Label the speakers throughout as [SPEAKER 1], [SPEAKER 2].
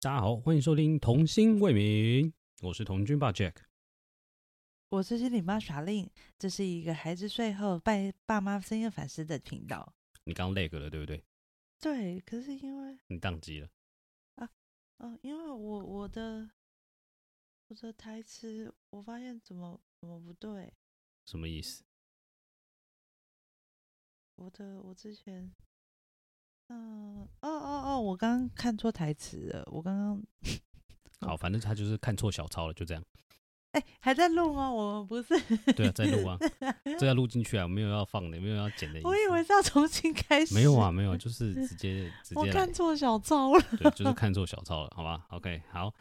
[SPEAKER 1] 大家好，欢迎收听《童心未泯》，我是童军爸 Jack。
[SPEAKER 2] 我是心理妈耍令，这是一个孩子睡后拜爸妈深夜反思的频道。
[SPEAKER 1] 你刚刚 lag 了，对不对？
[SPEAKER 2] 对，可是因为
[SPEAKER 1] 你宕机了。
[SPEAKER 2] 哦，因为我我的我的台词，我发现怎么怎么不对，
[SPEAKER 1] 什么意思？
[SPEAKER 2] 我的我之前，嗯、哦哦哦，我刚刚看错台词了，我刚刚哦
[SPEAKER 1] 好，反正他就是看错小抄了，就这样。
[SPEAKER 2] 哎还在录吗？我们不是，
[SPEAKER 1] 对啊，在录 啊，这要录进去啊，没有要放的，没有要剪的意思。
[SPEAKER 2] 我以为是要重新开始，
[SPEAKER 1] 没有啊，，没有，就是直 接直
[SPEAKER 2] 我
[SPEAKER 1] 接来
[SPEAKER 2] 看，错小招了，
[SPEAKER 1] 对，就是看错小抄了，好吧？OK，好，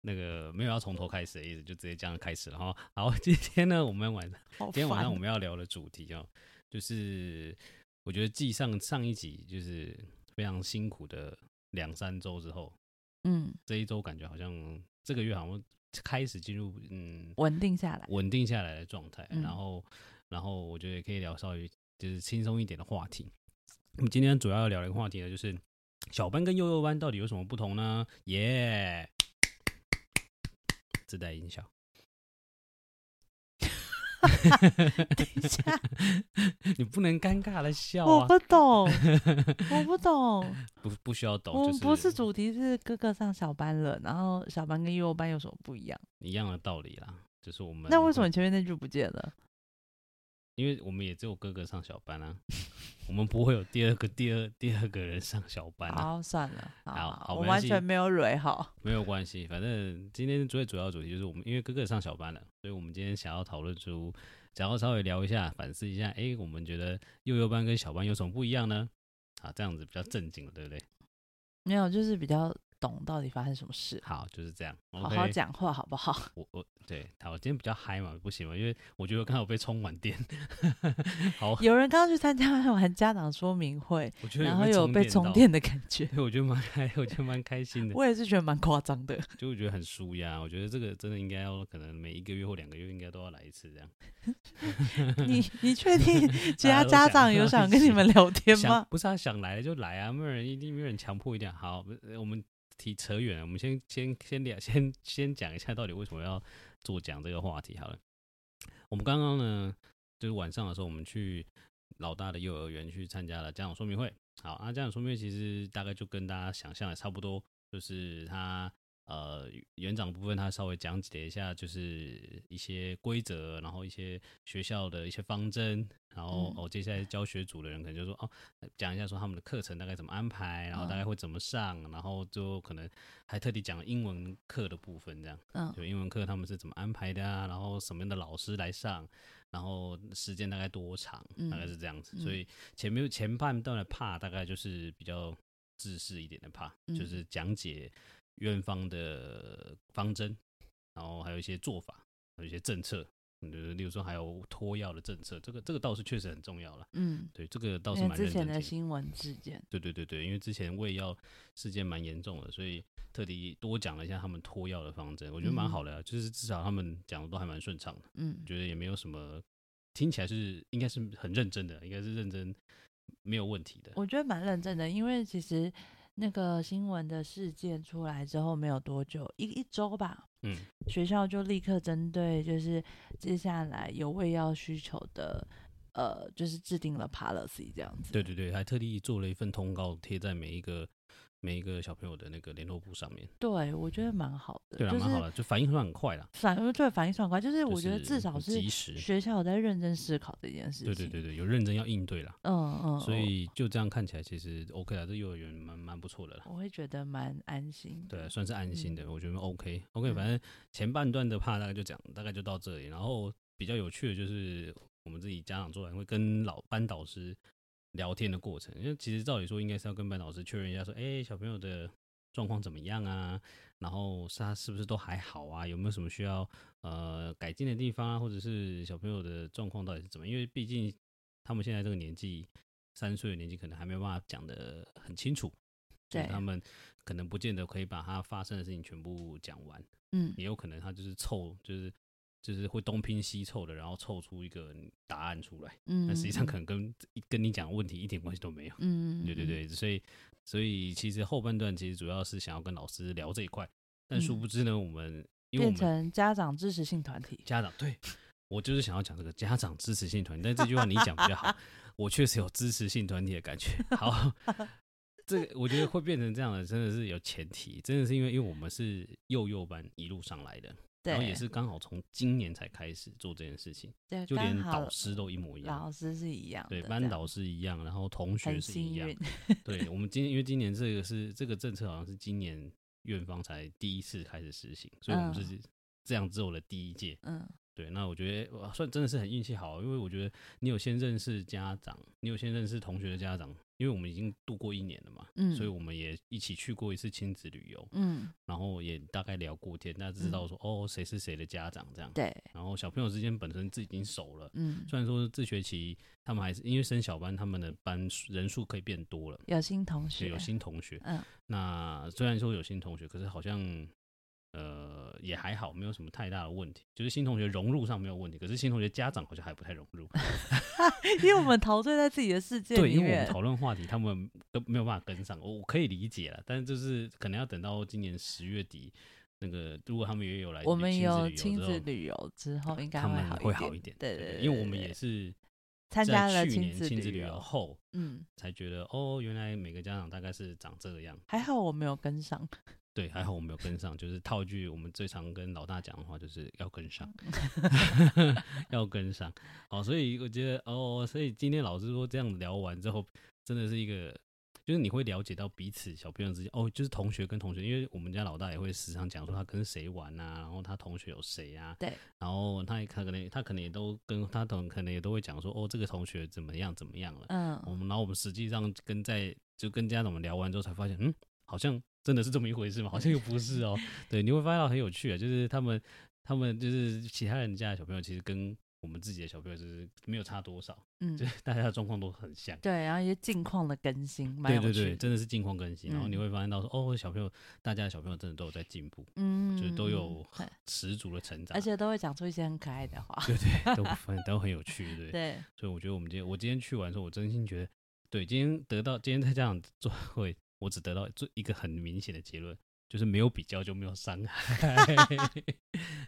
[SPEAKER 1] 那个没有要从头开始的意思，就直接这样开始了哈。好，今天呢，我们晚上。
[SPEAKER 2] 好
[SPEAKER 1] 今天晚上我
[SPEAKER 2] 烦哦
[SPEAKER 1] 们要聊的主题哦，就是我觉得继上上一集就是非常辛苦的两三周之后，
[SPEAKER 2] 嗯
[SPEAKER 1] 这一周感觉好像这个月好像开始进入嗯
[SPEAKER 2] 稳定下来，
[SPEAKER 1] 稳定下来的状态，
[SPEAKER 2] 嗯
[SPEAKER 1] 然后然后我觉得也可以聊稍微就是轻松一点的话题。我们今天主要要聊的一个话题呢，就是小班跟幼幼班到底有什么不同呢？耶、自带音效。
[SPEAKER 2] 等一下，
[SPEAKER 1] 你不能尴尬的笑
[SPEAKER 2] 我
[SPEAKER 1] 啊！
[SPEAKER 2] 不 懂，我不懂。
[SPEAKER 1] 不不需要
[SPEAKER 2] 我
[SPEAKER 1] 抖，就
[SPEAKER 2] 们不是主题是哥哥上小班了，然后小班跟幼幼班有什么不一样？
[SPEAKER 1] 一样的道理啦。就是我们
[SPEAKER 2] 那为什
[SPEAKER 1] 会
[SPEAKER 2] 么？前面那句不见了？
[SPEAKER 1] 因为我们也只有哥哥上小班啊， 我们不会有第二个第二第二个人上小班啊，
[SPEAKER 2] 好，算了，
[SPEAKER 1] 好好
[SPEAKER 2] 我
[SPEAKER 1] 没
[SPEAKER 2] 完
[SPEAKER 1] 关系
[SPEAKER 2] 全没有蕊好。
[SPEAKER 1] 没有关系。反正今天最主要的主题就是我们，因为哥哥上小班了，所以我们今天想要讨论出，想要稍微聊一下，反思一下，哎、我们觉得幼幼班跟小班有什么不一样呢？啊，这样子比较正经了，对不对？
[SPEAKER 2] 没有，就是比较懂到底发生什么事，
[SPEAKER 1] 好，就是这样。
[SPEAKER 2] 好
[SPEAKER 1] OK，
[SPEAKER 2] 好讲话好 不好？
[SPEAKER 1] 我我对，好，我今天比较嗨嘛，不行嘛，因为我觉得我刚好被充满电， 好，
[SPEAKER 2] 有人刚刚去参加完家长说明会，
[SPEAKER 1] 我觉得
[SPEAKER 2] 然后有被充
[SPEAKER 1] 电啊
[SPEAKER 2] 电的感觉，
[SPEAKER 1] 到，对，我觉得蛮开，我觉得蛮开心的。
[SPEAKER 2] 我也是觉得蛮夸 张的。
[SPEAKER 1] 就会觉得很舒压。我觉得这个真的应该要，可能每一个月或两个月应该都要来一次这样。
[SPEAKER 2] 你你确 定其
[SPEAKER 1] 大家
[SPEAKER 2] 他
[SPEAKER 1] 都
[SPEAKER 2] 家
[SPEAKER 1] 想
[SPEAKER 2] 长有想跟你们聊天
[SPEAKER 1] 想
[SPEAKER 2] 吗？
[SPEAKER 1] 不是啊，想来了就来啊，没有人一定没有人强迫一定要。好，呃我们提扯远了，我们先先先聊， 先先讲一下到底为什么要做讲这个话题好了。我们刚刚呢，就是晚上的时候，我们去老大的幼儿园去参加了家长说明会。好，啊那、家长说明会其实大概就跟大家想象的差不多，就是他呃园长部分他稍微讲解一下，就是一些规则，然后一些学校的一些方针，然后、
[SPEAKER 2] 嗯
[SPEAKER 1] 哦接下来教学组的人可能就说哦讲一下说他们的课程大概怎么安排，
[SPEAKER 2] 嗯
[SPEAKER 1] 然后大概会怎么上，然后就可能还特地讲了英文课的部分这样。
[SPEAKER 2] 嗯，
[SPEAKER 1] 就英文课他们是怎么安排的啊，然后什么样的老师来上，然后时间大概多长，大概
[SPEAKER 2] 嗯
[SPEAKER 1] 是这样子。
[SPEAKER 2] 嗯
[SPEAKER 1] 所以前面前半段的 part 大概就是比较制式一点的 part，、就
[SPEAKER 2] 嗯
[SPEAKER 1] 是讲解院方的方针，然后还有一些做法，还有一些政策。嗯就是例如说还有脱药的政策，这个这个倒是确实很重要了。
[SPEAKER 2] 嗯，
[SPEAKER 1] 对，这个倒是
[SPEAKER 2] 因
[SPEAKER 1] 蛮
[SPEAKER 2] 为之
[SPEAKER 1] 认真
[SPEAKER 2] 前的
[SPEAKER 1] 听
[SPEAKER 2] 新闻事件，
[SPEAKER 1] 对对对对，因为之前胃药事件蛮严重的，所以特地多讲了一下他们脱药的方针，我觉得蛮
[SPEAKER 2] 嗯
[SPEAKER 1] 好的、啊，就是至少他们讲的都还蛮顺畅的，
[SPEAKER 2] 嗯
[SPEAKER 1] 觉得也没有什么听起来是应该是很认真的，应该是认真没有问题的。
[SPEAKER 2] 我觉得蛮认真的，因为其实那个新闻的事件出来之后没有多久，一一周吧，
[SPEAKER 1] 嗯，
[SPEAKER 2] 学校就立刻针对就是接下来有喂药需求的，呃，就是制定了 policy 这样子。
[SPEAKER 1] 对对对，还特地做了一份通告贴在每一个每一个小朋友的那个联络簿上面，
[SPEAKER 2] 对我觉得蛮好的，
[SPEAKER 1] 对啦，啊
[SPEAKER 2] 就
[SPEAKER 1] 蛮好
[SPEAKER 2] 是
[SPEAKER 1] 的，就反应算很快啦，
[SPEAKER 2] 反呃对反应算快，就是
[SPEAKER 1] 就
[SPEAKER 2] 我觉得
[SPEAKER 1] 是
[SPEAKER 2] 至少
[SPEAKER 1] 很
[SPEAKER 2] 是
[SPEAKER 1] 及时，
[SPEAKER 2] 学校有在认真思考这件事情。
[SPEAKER 1] 对对对对，有认真要应对啦，
[SPEAKER 2] 嗯，嗯嗯，
[SPEAKER 1] 所以就这样看起来其实 OK 啦，这幼儿园蛮蛮不错的啦。
[SPEAKER 2] 我会觉得蛮安心的。
[SPEAKER 1] 对，算是安心的，
[SPEAKER 2] 嗯
[SPEAKER 1] 我觉得 OK OK，
[SPEAKER 2] 嗯
[SPEAKER 1] 反正前半段的 part 大概就讲，大概就到这里。然后比较有趣的就是我们自己家长做完会跟老班导师聊天的过程，因为其实照理说应该是要跟班导师确认一下，说，哎、小朋友的状况怎么样啊？然后是他是不是都还好啊？有没有什么需要呃改进的地方啊？或者是小朋友的状况到底是怎么样？因为毕竟他们现在这个年纪，三岁的年纪可能还没有办法讲得很清楚，就是
[SPEAKER 2] 对
[SPEAKER 1] 他们可能不见得可以把他发生的事情全部讲完，
[SPEAKER 2] 嗯
[SPEAKER 1] 也有可能他就是凑，就是就是会东拼西凑的，然后凑出一个答案出来，
[SPEAKER 2] 嗯，
[SPEAKER 1] 但实际上可能跟跟你讲的问题一点关系都没有。
[SPEAKER 2] 嗯，嗯，
[SPEAKER 1] 对对对，所以所以其实后半段其实主要是想要跟老师聊这一块，但殊不知呢，我们因为我
[SPEAKER 2] 嗯变
[SPEAKER 1] 们
[SPEAKER 2] 成家长支持性团体，
[SPEAKER 1] 家长对我就是想要讲这个家长支持性团体，但这句话你讲比较 好，我确实有支持性团体的感觉。好，这个我觉得会变成这样的，真的是有前提，真的是因为因为我们是幼幼班一路上来的，然后
[SPEAKER 2] 对，
[SPEAKER 1] 也是刚好从今年才开始做这件事情，
[SPEAKER 2] 对，
[SPEAKER 1] 就
[SPEAKER 2] 刚
[SPEAKER 1] 连
[SPEAKER 2] 好
[SPEAKER 1] 导师都一模一样。
[SPEAKER 2] 老师是一样的，
[SPEAKER 1] 对，
[SPEAKER 2] 这
[SPEAKER 1] 班
[SPEAKER 2] 样
[SPEAKER 1] 导师一样，然后同学
[SPEAKER 2] 很
[SPEAKER 1] 是一
[SPEAKER 2] 幸
[SPEAKER 1] 样
[SPEAKER 2] 运，，
[SPEAKER 1] 对我们今因为今年这个是这个政策好像是今年院方才第一次开始实行，所以我们
[SPEAKER 2] 嗯
[SPEAKER 1] 是这样做的第一届。
[SPEAKER 2] 嗯
[SPEAKER 1] 对，那我觉得哇算真的是很运气好，因为我觉得你有先认识家长，你有先认识同学的家长，因为我们已经度过一年了嘛，
[SPEAKER 2] 嗯，
[SPEAKER 1] 所以我们也一起去过一次亲子旅游，
[SPEAKER 2] 嗯，
[SPEAKER 1] 然后也大概聊过天，大家知道说、哦谁是谁的家长这样，
[SPEAKER 2] 对，
[SPEAKER 1] 然后小朋友之间本身自己已经熟了。
[SPEAKER 2] 嗯，
[SPEAKER 1] 虽然说这学期他们还是因为升小班，他们的班数人数可以变多了，
[SPEAKER 2] 有新同
[SPEAKER 1] 对
[SPEAKER 2] 学，
[SPEAKER 1] 有新同学，
[SPEAKER 2] 嗯
[SPEAKER 1] 那虽然说有新同学，可是好像呃也还好，没有什么太大的问题。就是新同学融入上没有问题，可是新同学家长好像还不太融入。
[SPEAKER 2] 因为我们陶醉在自己的世界
[SPEAKER 1] 对，
[SPEAKER 2] 里
[SPEAKER 1] 因为我们
[SPEAKER 2] 面，
[SPEAKER 1] 讨论话题，他们都没有办法跟上，我我可以理解了，但是就是可能要等到今年十月底，那个如果他们也有来
[SPEAKER 2] 我们有
[SPEAKER 1] 亲
[SPEAKER 2] 亲
[SPEAKER 1] 子
[SPEAKER 2] 子
[SPEAKER 1] 旅游
[SPEAKER 2] 旅游之后，应
[SPEAKER 1] 之
[SPEAKER 2] 该
[SPEAKER 1] 后，他们
[SPEAKER 2] 好
[SPEAKER 1] 好
[SPEAKER 2] 一点，
[SPEAKER 1] 对
[SPEAKER 2] 对对，
[SPEAKER 1] 因为我们
[SPEAKER 2] 对
[SPEAKER 1] 也是
[SPEAKER 2] 参加
[SPEAKER 1] 在
[SPEAKER 2] 了
[SPEAKER 1] 去
[SPEAKER 2] 亲
[SPEAKER 1] 年
[SPEAKER 2] 子
[SPEAKER 1] 亲子旅游
[SPEAKER 2] 游，
[SPEAKER 1] 后
[SPEAKER 2] 嗯，
[SPEAKER 1] 才觉得哦，原来每个家长大概是长这样。
[SPEAKER 2] 还好我没有跟上，
[SPEAKER 1] 对，还好我没有跟上。就是套一句我们最常跟老大讲的话，就是要跟上，要跟上。好，所以我觉得哦，所以今天老师说这样聊完之后，真的是一个，就是你会了解到彼此小朋友之间哦，就是同学跟同学，因为我们家老大也会时常讲说他跟谁玩啊，然后他同学有谁啊，
[SPEAKER 2] 对，
[SPEAKER 1] 然后他也他可能他可能也都跟他同可能也都会讲说哦，这个同学怎么样怎么样了。呃我
[SPEAKER 2] 嗯，
[SPEAKER 1] 们然后我们实际上跟在就跟家长们聊完之后才发现，嗯，好像真的是这么一回事嘛，好像又不是 哦。对，你会发现到很有趣啊，就是他们他们就是其他人家的小朋友，其实跟我们自己的小朋友就是没有差多少，
[SPEAKER 2] 嗯
[SPEAKER 1] 就，是大家的状况都很像。
[SPEAKER 2] 对，然后一些近况的更新，蛮
[SPEAKER 1] 对
[SPEAKER 2] 有
[SPEAKER 1] 对
[SPEAKER 2] 趣
[SPEAKER 1] 对，
[SPEAKER 2] 的
[SPEAKER 1] 真的是境况更新，然后你
[SPEAKER 2] 嗯
[SPEAKER 1] 会发现到说，哦，小朋友，大家的小朋友真的都有在进步，
[SPEAKER 2] 嗯，
[SPEAKER 1] 就是都有
[SPEAKER 2] 嗯很
[SPEAKER 1] 十足的成长，
[SPEAKER 2] 而且都会讲出一些很可爱的话，
[SPEAKER 1] 对对，都很都很有趣，对。
[SPEAKER 2] 对，
[SPEAKER 1] 所以我觉得我们今天我今天去玩的时候，我真心觉得，对，今天得到今天在家长座会，我只得到最一个很明显的结论，就是没有比较就没有伤害。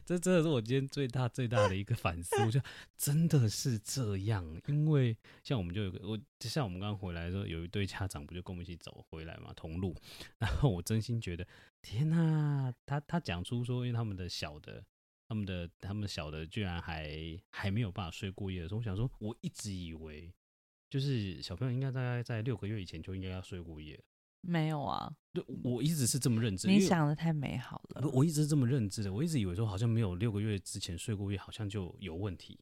[SPEAKER 1] 这真的是我今天最大最大的一个反思，我觉得真的是这样，因为像我们就有个我，就像我们刚回来的时候，有一对家长不就跟我们一起走回来嘛，同路， 然后我真心觉得，天呐，他他讲出说，因为他们的小的。他们的他们小的居然还还没有办法睡过夜的时候，我想说，我一直以为就是小朋友应该大概在六个月以前就应该要睡过夜，
[SPEAKER 2] 没有啊，
[SPEAKER 1] 对，我一直是这么认知。
[SPEAKER 2] 你
[SPEAKER 1] 因为
[SPEAKER 2] 想的太美好了
[SPEAKER 1] 不，，我一直是这么认知的，我一直以为说好像没有六个月之前睡过夜，好像就有问题。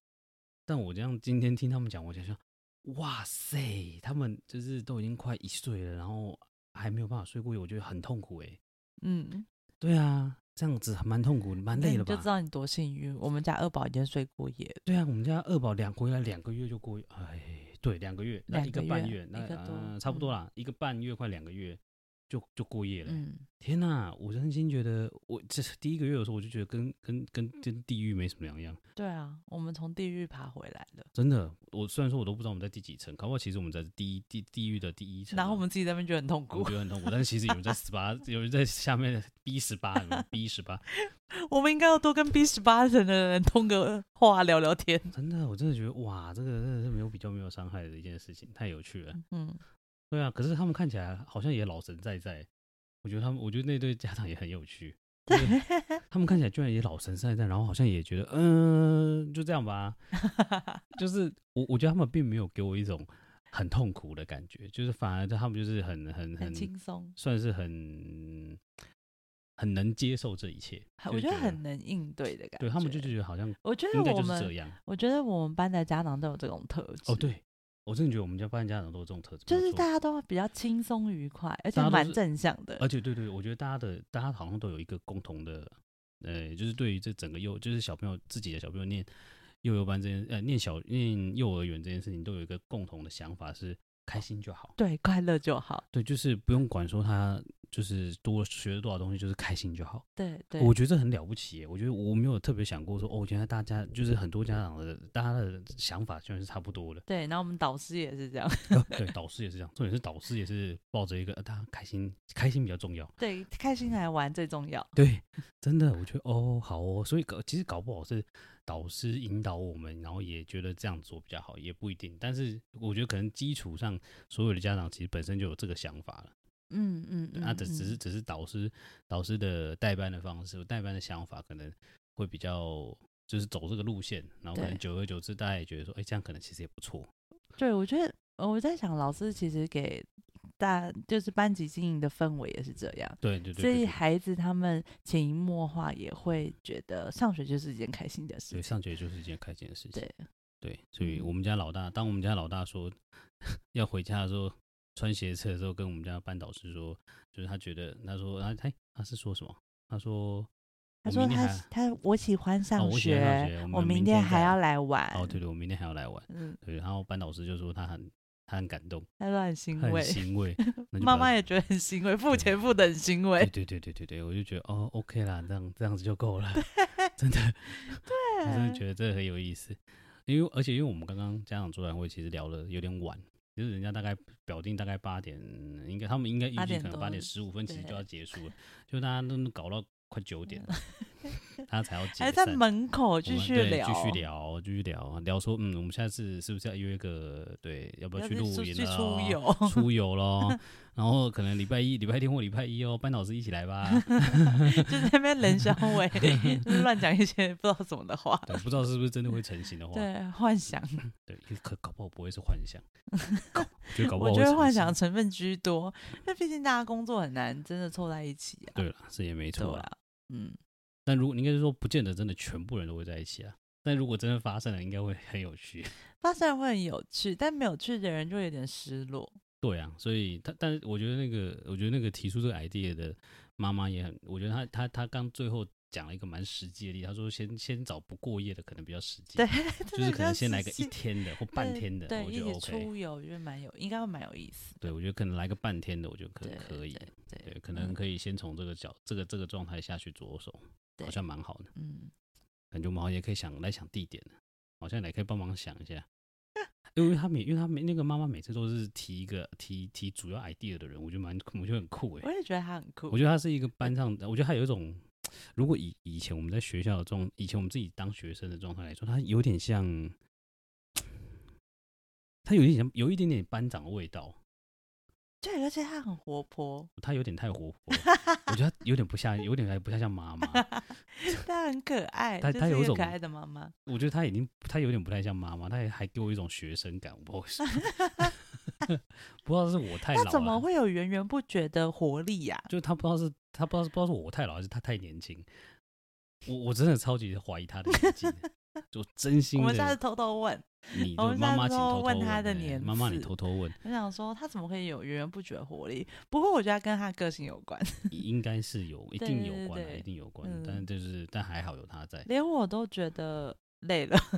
[SPEAKER 1] 但我这样今天听他们讲，我想想，哇塞，他们就是都已经快一岁了，然后还没有办法睡过夜，我觉得很痛苦哎、
[SPEAKER 2] 嗯，
[SPEAKER 1] 对啊，这样子蛮痛苦，蛮
[SPEAKER 2] 那
[SPEAKER 1] 累
[SPEAKER 2] 你
[SPEAKER 1] 了吧？
[SPEAKER 2] 就知道你多幸运，我们家二宝已经睡过夜了，
[SPEAKER 1] 对啊，我们家二宝两回来两个月就过夜，哎，对，两个月，那
[SPEAKER 2] 两
[SPEAKER 1] 一个
[SPEAKER 2] 个
[SPEAKER 1] 半
[SPEAKER 2] 月
[SPEAKER 1] 月，那
[SPEAKER 2] 一个多
[SPEAKER 1] 呃差不多
[SPEAKER 2] 嗯
[SPEAKER 1] 啦，一个半月快两个月就就过夜了。
[SPEAKER 2] 嗯，
[SPEAKER 1] 天呐，我真心觉得我这是第一个月的时候，我就觉得跟跟跟跟地狱没什么两样，
[SPEAKER 2] 对啊，我们从地狱爬回来了，
[SPEAKER 1] 真的。我虽然说我都不知道我们在第几层，搞不好其实我们在第一地地狱的哦第一层啊。
[SPEAKER 2] 然后我们自己在那边觉得很痛
[SPEAKER 1] 我觉，
[SPEAKER 2] 苦
[SPEAKER 1] 得很痛苦，但是其实有人在十八，有人在下面 B 十八，B 十八，
[SPEAKER 2] 我们应该要多跟 B 十八层的人通个话聊聊天，
[SPEAKER 1] 真的，我真的觉得哇，这个真的是没有比较没有伤害的一件事情，太有趣了。
[SPEAKER 2] 嗯，
[SPEAKER 1] 对啊，可是他们看起来好像也老神在在。我觉得他们，我觉得那对家长也很有趣。 就是他们看起来居然也老神在在，然后好像也觉得，嗯、就这样吧。就是我，我觉得他们并没有给我一种很痛苦的感觉，就是反而他们就是很很
[SPEAKER 2] 很
[SPEAKER 1] 很，
[SPEAKER 2] 轻松，
[SPEAKER 1] 算是很很能接受这一切。
[SPEAKER 2] 很
[SPEAKER 1] 就
[SPEAKER 2] 我觉得
[SPEAKER 1] 觉得
[SPEAKER 2] 很能应对的感觉，
[SPEAKER 1] 对他们就觉得好像
[SPEAKER 2] 我觉
[SPEAKER 1] 应
[SPEAKER 2] 得
[SPEAKER 1] 该
[SPEAKER 2] 我
[SPEAKER 1] 就是这
[SPEAKER 2] 们，
[SPEAKER 1] 样。
[SPEAKER 2] 我觉得我们班的家长都有这种特质，
[SPEAKER 1] 哦，，对，我真的觉得我们家发现家长都有这种特质，没
[SPEAKER 2] 就
[SPEAKER 1] 有
[SPEAKER 2] 是
[SPEAKER 1] 错
[SPEAKER 2] 大家都比较轻松愉快，而且
[SPEAKER 1] 大家都
[SPEAKER 2] 蛮
[SPEAKER 1] 是呃
[SPEAKER 2] 正向的
[SPEAKER 1] 而，且对对，我觉得大家的大家好像都有一个共同的，呃，就是对于这整个幼，就是小朋友自己的小朋友念幼幼班这件，呃，念小念幼儿园这件事情，都有一个共同的想法是开心就好。
[SPEAKER 2] 对，快乐就好，
[SPEAKER 1] 对，就是不用管说他就是多学了多少东西，就是开心就好。
[SPEAKER 2] 对对，。
[SPEAKER 1] 我觉得这很了不起耶，我觉得我没有特别想过说，哦，原来大家就是很多家长的大家的想法居然是差不多的
[SPEAKER 2] 对，然后我们导师也是这样，
[SPEAKER 1] 对，导师也是这样，重点是导师也是抱着一个、呃、大家开心，开心比较重要。
[SPEAKER 2] 对，开心来玩最重要。
[SPEAKER 1] 对，真的，我觉得哦，好哦，所以搞其实搞不好是导师引导我们，然后也觉得这样做比较好，也不一定。但是我觉得可能基础上所有的家长其实本身就有这个想法了，
[SPEAKER 2] 嗯嗯嗯，
[SPEAKER 1] 那、啊只只是
[SPEAKER 2] 嗯
[SPEAKER 1] 只是导师导师的代班的方式、代班的想法可能会比较。就是走这个路线，然后可能
[SPEAKER 2] 对
[SPEAKER 1] 久而久之，大家也觉得说，哎、这样可能其实也不错。
[SPEAKER 2] 对，我觉得呃我在想，老师其实给大就是班级经营的氛围也是这样，
[SPEAKER 1] 对对对
[SPEAKER 2] 所
[SPEAKER 1] 对
[SPEAKER 2] 以
[SPEAKER 1] 对
[SPEAKER 2] 孩子他们潜移默化也会觉得上学就是一件开心的事
[SPEAKER 1] 对，
[SPEAKER 2] 情。
[SPEAKER 1] 上学就是一件开心的事情。
[SPEAKER 2] 对，
[SPEAKER 1] 对，所以
[SPEAKER 2] 嗯
[SPEAKER 1] 我们家老大，当我们家老大说 要回家的时候，穿鞋子的时候，跟我们家班导师说，就是他觉得，他说，他他他是说什么？他说，
[SPEAKER 2] 他
[SPEAKER 1] 我
[SPEAKER 2] 说
[SPEAKER 1] 明天
[SPEAKER 2] 他
[SPEAKER 1] 还哦
[SPEAKER 2] 他我喜欢上
[SPEAKER 1] 我喜
[SPEAKER 2] 学，
[SPEAKER 1] 欢上学我们
[SPEAKER 2] 明
[SPEAKER 1] 明
[SPEAKER 2] 天
[SPEAKER 1] 天
[SPEAKER 2] 还
[SPEAKER 1] 再
[SPEAKER 2] 要来玩。
[SPEAKER 1] 哦，对对，我明天还要来玩。
[SPEAKER 2] 嗯，
[SPEAKER 1] 对，然后班导师就说他很他很感动，
[SPEAKER 2] 他说很
[SPEAKER 1] 他
[SPEAKER 2] 欣
[SPEAKER 1] 很
[SPEAKER 2] 慰，
[SPEAKER 1] 欣慰。那就把
[SPEAKER 2] 妈
[SPEAKER 1] 他
[SPEAKER 2] 妈也觉得很 欣慰，付
[SPEAKER 1] 对
[SPEAKER 2] 钱付的很欣慰
[SPEAKER 1] 对。对对对对对，我就觉得哦，OK 啦，这样这样子就够 了，真的，我真的
[SPEAKER 2] 嗯
[SPEAKER 1] 觉得这很有意思。因为而且因为我们刚刚家长座谈会其实聊了有点晚，就是人家大概表定大概八点，应该他们应该预
[SPEAKER 2] 8
[SPEAKER 1] 计
[SPEAKER 2] 点
[SPEAKER 1] 可能
[SPEAKER 2] 多
[SPEAKER 1] 八点十五分其实就
[SPEAKER 2] 对
[SPEAKER 1] 要结束了，就大家都搞到快九点了，
[SPEAKER 2] 嗯
[SPEAKER 1] 他才 要解
[SPEAKER 2] 还
[SPEAKER 1] 散。
[SPEAKER 2] 在门口
[SPEAKER 1] 我
[SPEAKER 2] 哎继
[SPEAKER 1] 们
[SPEAKER 2] 续
[SPEAKER 1] 对
[SPEAKER 2] 聊，
[SPEAKER 1] 继续聊，继续聊，聊说嗯，我们下次是不是要约一个对，要不
[SPEAKER 2] 要
[SPEAKER 1] 要去
[SPEAKER 2] 是
[SPEAKER 1] 露
[SPEAKER 2] 出
[SPEAKER 1] 营
[SPEAKER 2] 去
[SPEAKER 1] 啊
[SPEAKER 2] 出游
[SPEAKER 1] 出游咯， 然后可能礼拜一、礼拜天或礼拜一哦，班导师一起来 吧。
[SPEAKER 2] 就在那边冷小 伟乱讲一些不知道什么的话，
[SPEAKER 1] 对，不知道是不是真的会成型的话，
[SPEAKER 2] 对，幻想，
[SPEAKER 1] 对，可搞不好不会是幻 想，搞觉得搞不
[SPEAKER 2] 我
[SPEAKER 1] 好会
[SPEAKER 2] 觉得
[SPEAKER 1] 成
[SPEAKER 2] 幻
[SPEAKER 1] 型
[SPEAKER 2] 想的成分居多，因为毕竟大家工作很难，真的凑在一起啊，
[SPEAKER 1] 对了，是也没
[SPEAKER 2] 对
[SPEAKER 1] 错啦。
[SPEAKER 2] 啊，嗯，
[SPEAKER 1] 但如果你应该是说，不见得真的全部人都会在一起啊。但如果真的发生了，应该会很有趣。
[SPEAKER 2] 发散会很有趣，但没有趣的人就有点失落，
[SPEAKER 1] 对啊，所以他，但是我觉得那个，我觉得那个提出这个 idea 的妈妈也很，我觉得她她她刚最后讲了一个蛮实际的例子，她说先先找不过夜的可能比较实际，
[SPEAKER 2] 对，
[SPEAKER 1] 就是可能先来个一
[SPEAKER 2] 真的比较实际
[SPEAKER 1] 天的或半天的，
[SPEAKER 2] 对，
[SPEAKER 1] 我
[SPEAKER 2] 一
[SPEAKER 1] 觉得
[SPEAKER 2] 起
[SPEAKER 1] OK。
[SPEAKER 2] 出游，我觉得蛮有，应该会蛮有意思，
[SPEAKER 1] 对，我觉得可能来个半天的，我觉得可
[SPEAKER 2] 对，
[SPEAKER 1] 可以。
[SPEAKER 2] 对，
[SPEAKER 1] 对，可能
[SPEAKER 2] 嗯
[SPEAKER 1] 可以先从这个角、这个这个状态下去着手，
[SPEAKER 2] 对
[SPEAKER 1] 好像蛮好的。
[SPEAKER 2] 嗯，
[SPEAKER 1] 感觉我们好像也可以想来想地点了，好像也可以帮忙想一下。 因为他每，因为他每那个妈妈每次都是提一个提提主要 idea 的人，我觉得蛮，我觉得很酷哎
[SPEAKER 2] 我。也觉得他很酷，
[SPEAKER 1] 我觉得他是一个班上，我觉得他有一种，如果以以前我们在学校的状，以前我们自己当学生的状态来说，他有点像，他有一点像，有一点点班长的味道，
[SPEAKER 2] 对，而且他很活泼，
[SPEAKER 1] 他有点太活泼了，我觉得他有点不像，有点还不像像妈妈。
[SPEAKER 2] 他很可爱，
[SPEAKER 1] 他
[SPEAKER 2] 就
[SPEAKER 1] 他
[SPEAKER 2] 是
[SPEAKER 1] 有
[SPEAKER 2] 一个
[SPEAKER 1] 种
[SPEAKER 2] 可爱的妈妈。
[SPEAKER 1] 我觉得他已经，他有点不太像妈妈，他也还给我一种学生感，我不知道为什 么不知道是我太老
[SPEAKER 2] 那
[SPEAKER 1] 了，
[SPEAKER 2] 怎么会有源源不绝的活力呀、
[SPEAKER 1] 就他不知道是他不知道是不知道是我太老还是他太年轻，我我真的超级怀疑他的年纪 的，就真
[SPEAKER 2] 我
[SPEAKER 1] 心
[SPEAKER 2] 们下
[SPEAKER 1] 的，
[SPEAKER 2] 次偷偷问，
[SPEAKER 1] 你
[SPEAKER 2] 我
[SPEAKER 1] 就
[SPEAKER 2] 们
[SPEAKER 1] 妈妈
[SPEAKER 2] 下次
[SPEAKER 1] 请偷偷
[SPEAKER 2] 问他的
[SPEAKER 1] 哎
[SPEAKER 2] 年
[SPEAKER 1] 妈妈你
[SPEAKER 2] 次
[SPEAKER 1] 偷偷 问，
[SPEAKER 2] 我想说他怎么可以有源源不绝的活力？不过我觉得跟他个性有关，
[SPEAKER 1] 应该是有，一定有关
[SPEAKER 2] 对对
[SPEAKER 1] 啊，
[SPEAKER 2] 对
[SPEAKER 1] 一定有关
[SPEAKER 2] 嗯，
[SPEAKER 1] 但就是但还好有他在，
[SPEAKER 2] 连我都觉得累了。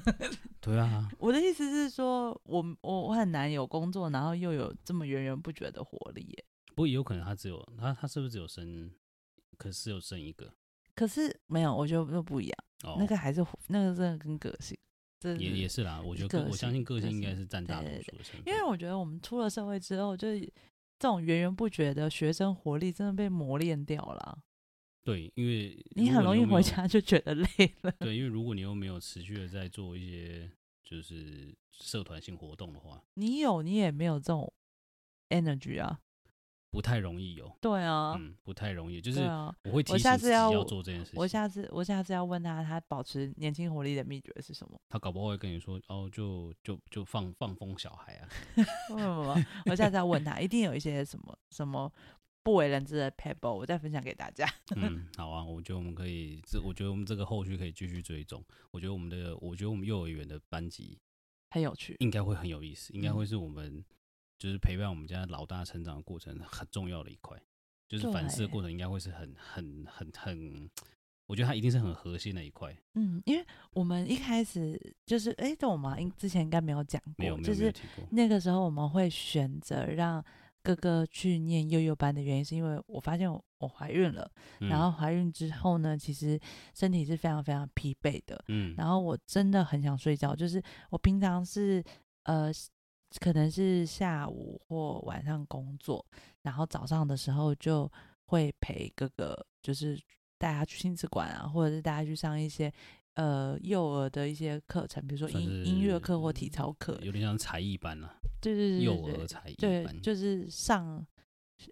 [SPEAKER 1] 对啊，
[SPEAKER 2] 我的意思是说，我我我很难有工作，然后又有这么源源不绝的活力耶。
[SPEAKER 1] 不过也有可能他只有他他是不是只有生，可是只有生一个
[SPEAKER 2] 可是没有，我觉得又不一样，
[SPEAKER 1] 哦，
[SPEAKER 2] 那个还是活那个真的跟个性，真的
[SPEAKER 1] 也
[SPEAKER 2] 是
[SPEAKER 1] 也是啦，我觉得
[SPEAKER 2] 个
[SPEAKER 1] 个我相信
[SPEAKER 2] 性
[SPEAKER 1] 个
[SPEAKER 2] 个
[SPEAKER 1] 性应
[SPEAKER 2] 性
[SPEAKER 1] 该是占大多
[SPEAKER 2] 对对
[SPEAKER 1] 数的成分，
[SPEAKER 2] 因为我觉得我们出了社会之后，就是这种源源不绝的学生活力真的被磨练掉了啊。
[SPEAKER 1] 对，因为
[SPEAKER 2] 你
[SPEAKER 1] 如
[SPEAKER 2] 很
[SPEAKER 1] 果
[SPEAKER 2] 容易
[SPEAKER 1] 又没
[SPEAKER 2] 回
[SPEAKER 1] 有，
[SPEAKER 2] 家 就觉得累了。
[SPEAKER 1] 对，因为如果你又没有持续的在做一些就是社团性活动的话，
[SPEAKER 2] 你有，你也没有这种 energy 啊。
[SPEAKER 1] 不太容易有，
[SPEAKER 2] 对啊，
[SPEAKER 1] 嗯，不太容易，就
[SPEAKER 2] 对
[SPEAKER 1] 是
[SPEAKER 2] 啊。
[SPEAKER 1] 我会提
[SPEAKER 2] 我
[SPEAKER 1] 醒
[SPEAKER 2] 下
[SPEAKER 1] 自
[SPEAKER 2] 次
[SPEAKER 1] 己
[SPEAKER 2] 要
[SPEAKER 1] 要做这件事
[SPEAKER 2] 我
[SPEAKER 1] 情，
[SPEAKER 2] 下次我下次要问他，他保持年轻活力的秘诀是什么？
[SPEAKER 1] 他搞不好会跟你说，哦，就就就放放风小孩 啊，
[SPEAKER 2] 不不不，我下次要问他，一定有一些什么什么不为人知的 pebble，我再分享给大家。
[SPEAKER 1] 嗯，好啊，我觉得我们可以，这我觉得我们这个后续可以继续追踪，我觉得我们的，我觉得我们幼儿园的班级
[SPEAKER 2] 很有趣，
[SPEAKER 1] 应该会很有意思，应该
[SPEAKER 2] 嗯
[SPEAKER 1] 会是我们就是陪伴我们家老大成长的过程很重要的一块，就是反思的
[SPEAKER 2] 对
[SPEAKER 1] 过程应该会是很很很很，我觉得它一定是很核心的一块。
[SPEAKER 2] 嗯，因为我们一开始就是，哎、这我们应之前应该没有讲过，
[SPEAKER 1] 没有没
[SPEAKER 2] 就
[SPEAKER 1] 有没有
[SPEAKER 2] 是
[SPEAKER 1] 提过，
[SPEAKER 2] 那个时候我们会选择让哥哥去念幼幼班的原因，是因为我发现我我怀孕了，
[SPEAKER 1] 嗯
[SPEAKER 2] 然后怀孕之后呢，其实身体是非常非常疲惫的，
[SPEAKER 1] 嗯，
[SPEAKER 2] 然后我真的很想睡觉，就是我平常是呃，可能是下午或晚上工作，然后早上的时候就会陪哥哥，就是带他去亲子馆啊，或者是带他去上一些呃幼儿的一些课程，比如说
[SPEAKER 1] 算
[SPEAKER 2] 音音乐课或
[SPEAKER 1] 是
[SPEAKER 2] 体操课，
[SPEAKER 1] 有点像才艺班啦，
[SPEAKER 2] 对对对
[SPEAKER 1] 幼
[SPEAKER 2] 对
[SPEAKER 1] 儿
[SPEAKER 2] 对
[SPEAKER 1] 才艺
[SPEAKER 2] 对，
[SPEAKER 1] 班，
[SPEAKER 2] 就是上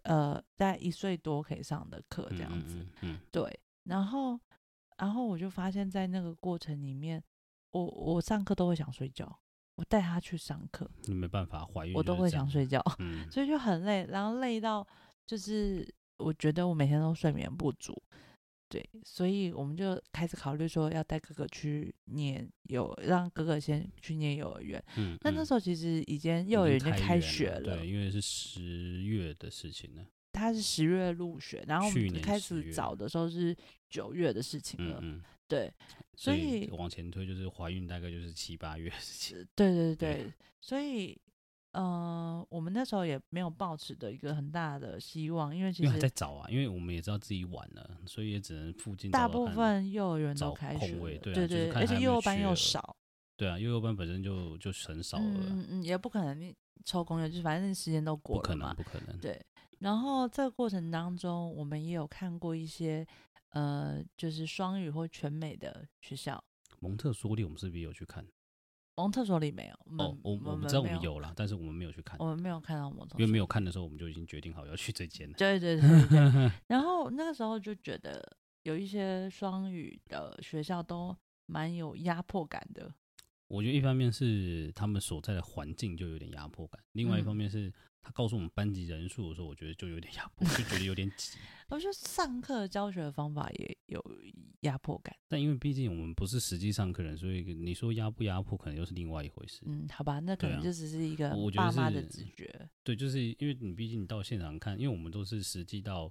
[SPEAKER 2] 呃大概一岁多可以上的课
[SPEAKER 1] 嗯
[SPEAKER 2] 这样子。，
[SPEAKER 1] 嗯
[SPEAKER 2] 对，然后然后我就发现，在那个过程里面，我我上课都会想睡觉，我带他去上课，
[SPEAKER 1] 嗯，没办法，怀孕
[SPEAKER 2] 我
[SPEAKER 1] 就
[SPEAKER 2] 都
[SPEAKER 1] 是
[SPEAKER 2] 会
[SPEAKER 1] 这样
[SPEAKER 2] 想，睡觉，
[SPEAKER 1] 嗯，
[SPEAKER 2] 所以就很累，然后累到就是我觉得我每天都睡眠不足，对，所以我们就开始考虑说要带哥哥去念有让哥哥先去念幼儿园，
[SPEAKER 1] 嗯，
[SPEAKER 2] 那那
[SPEAKER 1] 嗯
[SPEAKER 2] 时候其实已经
[SPEAKER 1] 已
[SPEAKER 2] 幼儿
[SPEAKER 1] 经
[SPEAKER 2] 园已经开
[SPEAKER 1] 园
[SPEAKER 2] 学了，
[SPEAKER 1] 对，因为是十月的事情了，
[SPEAKER 2] 他是十月入学，然后我
[SPEAKER 1] 去
[SPEAKER 2] 们
[SPEAKER 1] 年
[SPEAKER 2] 开
[SPEAKER 1] 10
[SPEAKER 2] 始
[SPEAKER 1] 月
[SPEAKER 2] 找的时候是九月的事情
[SPEAKER 1] 嗯
[SPEAKER 2] 了，
[SPEAKER 1] 嗯，
[SPEAKER 2] 对。
[SPEAKER 1] 所
[SPEAKER 2] 所
[SPEAKER 1] 以
[SPEAKER 2] 以
[SPEAKER 1] 往前推就是怀孕大概就是七八月的事情，
[SPEAKER 2] 对对
[SPEAKER 1] 对
[SPEAKER 2] 对，所以呃，我们那时候也没有抱持的一个很大的希望，因为其
[SPEAKER 1] 因为还在
[SPEAKER 2] 实
[SPEAKER 1] 找啊，因为我们也知道自己晚了，所以也只能附近
[SPEAKER 2] 大
[SPEAKER 1] 找找
[SPEAKER 2] 部
[SPEAKER 1] 啊看
[SPEAKER 2] 分幼儿园
[SPEAKER 1] 找
[SPEAKER 2] 都开
[SPEAKER 1] 空
[SPEAKER 2] 学
[SPEAKER 1] 位
[SPEAKER 2] 了，
[SPEAKER 1] 对啊
[SPEAKER 2] 对
[SPEAKER 1] 就是看
[SPEAKER 2] 而
[SPEAKER 1] 还
[SPEAKER 2] 且
[SPEAKER 1] 有没
[SPEAKER 2] 幼
[SPEAKER 1] 有
[SPEAKER 2] 儿班
[SPEAKER 1] 缺
[SPEAKER 2] 又
[SPEAKER 1] 额
[SPEAKER 2] 少，
[SPEAKER 1] 对啊，幼幼班本身就就很少了啊，
[SPEAKER 2] 嗯嗯，也不可能你抽工业，就是反正时间都
[SPEAKER 1] 不
[SPEAKER 2] 过
[SPEAKER 1] 可
[SPEAKER 2] 了
[SPEAKER 1] 能嗯
[SPEAKER 2] 嘛。
[SPEAKER 1] 不可能，
[SPEAKER 2] 对然后这个过程当中，我们也有看过一些呃，就是双语或全美的学校。
[SPEAKER 1] 蒙特梭利我们是不是也有去看？
[SPEAKER 2] 蒙特梭利没有，我们、
[SPEAKER 1] 哦，我我
[SPEAKER 2] 们
[SPEAKER 1] 知道我
[SPEAKER 2] 没哦
[SPEAKER 1] 们有啦，但是我们没有去看
[SPEAKER 2] 我，们没有看到蒙特梭
[SPEAKER 1] 因为
[SPEAKER 2] 利
[SPEAKER 1] 没有看的时候我们就已经决定好要去这间了。
[SPEAKER 2] 对对对对 对。然后那个时候就觉得有一些双语的学校都蛮有压迫感的。
[SPEAKER 1] 我觉得一方面是他们所在的环境就有点压迫感，另外一方
[SPEAKER 2] 嗯
[SPEAKER 1] 面是他告诉我们班级人数的时候，我觉得就有点压迫，就觉得有点挤。
[SPEAKER 2] 我觉得上课教学的方法也有压迫感。
[SPEAKER 1] 但因为毕竟我们不是实际上课人，所以你说压不压迫，可能又是另外一回事。
[SPEAKER 2] 嗯，好吧，那可
[SPEAKER 1] 对
[SPEAKER 2] 能
[SPEAKER 1] 啊
[SPEAKER 2] 就只是一个
[SPEAKER 1] 我觉得
[SPEAKER 2] 爸妈的
[SPEAKER 1] 是
[SPEAKER 2] 直觉。
[SPEAKER 1] 对，就是因为你毕竟你到现场看，因为我们都是实际到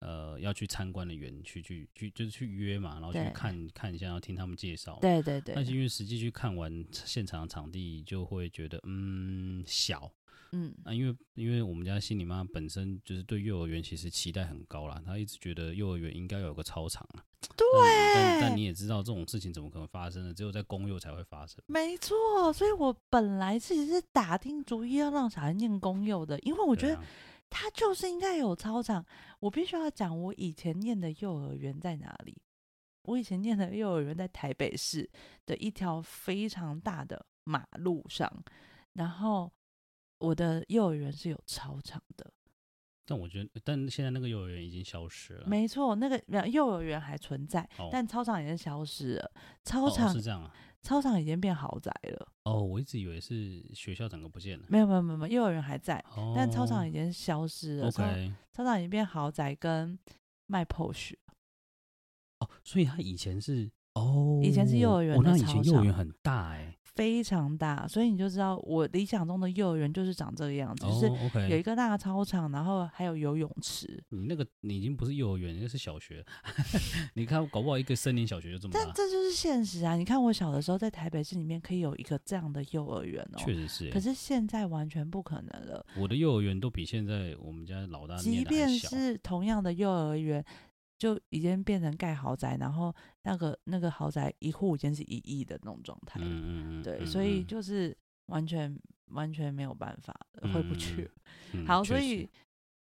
[SPEAKER 1] 呃要去参观的园区去去就是去约嘛，然后去
[SPEAKER 2] 对
[SPEAKER 1] 看看一下，然后听他们介绍嘛。
[SPEAKER 2] 对对对
[SPEAKER 1] 哦但，是因为实际去看完现场的场地，就会觉得嗯小，
[SPEAKER 2] 嗯
[SPEAKER 1] 啊，因为因为我们家心理妈本身就是对幼儿园其实期待很高啦，她一直觉得幼儿园应该有个操场啊。对但但你也知道这种事情怎么可能发生呢？只有在公幼才会发生。
[SPEAKER 2] 没错，所以我本来其实是打定主意要让小孩念公幼的，因为我
[SPEAKER 1] 我
[SPEAKER 2] 觉得
[SPEAKER 1] 啊、
[SPEAKER 2] 他就是应该有操场。我必须要讲，我以前念的幼儿园在哪里？我以前念的幼儿园在台北市的一条非常大的马路上，然后我的幼儿园是有操场的。
[SPEAKER 1] 但我觉得，但现在那个幼儿园已经消失了。
[SPEAKER 2] 没错，那个没有幼儿园还存在，
[SPEAKER 1] 啊哦，
[SPEAKER 2] 但操场已经消失了。
[SPEAKER 1] 哦
[SPEAKER 2] 操场、
[SPEAKER 1] 是这样啊。
[SPEAKER 2] 操场已经变豪宅了。
[SPEAKER 1] 哦，我一直以为是学校整个不见了。
[SPEAKER 2] 没有没有没有没有，幼儿园还在，
[SPEAKER 1] 哦，
[SPEAKER 2] 嗯但操场已经消失了。操
[SPEAKER 1] OK
[SPEAKER 2] 操场已经变豪宅跟卖 POS。
[SPEAKER 1] 哦，所以他以前是哦，
[SPEAKER 2] 以前是幼儿园
[SPEAKER 1] 哦，
[SPEAKER 2] 的
[SPEAKER 1] 那以前
[SPEAKER 2] 操
[SPEAKER 1] 幼儿
[SPEAKER 2] 场
[SPEAKER 1] 园很大哎、
[SPEAKER 2] 非常大，所以你就知道我理想中的幼儿园就是长这个样子，就是
[SPEAKER 1] 哦，OK，
[SPEAKER 2] 有一个大操场，然后还有游泳池。
[SPEAKER 1] 你那个你已经不是幼儿园，那是小学。 你看，搞不好一个森林小学就这么
[SPEAKER 2] 但
[SPEAKER 1] 大，
[SPEAKER 2] 这就是现实啊！你看我小的时候在台北市里面可以有一个这样的幼儿园哦，
[SPEAKER 1] 确实是欸。
[SPEAKER 2] 可是现在完全不可能了。
[SPEAKER 1] 我的幼儿园都比现在我们家老大
[SPEAKER 2] 即
[SPEAKER 1] 啊念的
[SPEAKER 2] 便
[SPEAKER 1] 还小。
[SPEAKER 2] 是同样的幼儿园，就已经变成盖豪宅，然后那个那个豪宅一户已经是一亿的那种状态。
[SPEAKER 1] 嗯嗯嗯，
[SPEAKER 2] 对，
[SPEAKER 1] 嗯
[SPEAKER 2] 所以
[SPEAKER 1] 嗯
[SPEAKER 2] 就是完全完全没有办法了，回不去。
[SPEAKER 1] 嗯嗯
[SPEAKER 2] 好，
[SPEAKER 1] 确
[SPEAKER 2] 所
[SPEAKER 1] 实
[SPEAKER 2] 以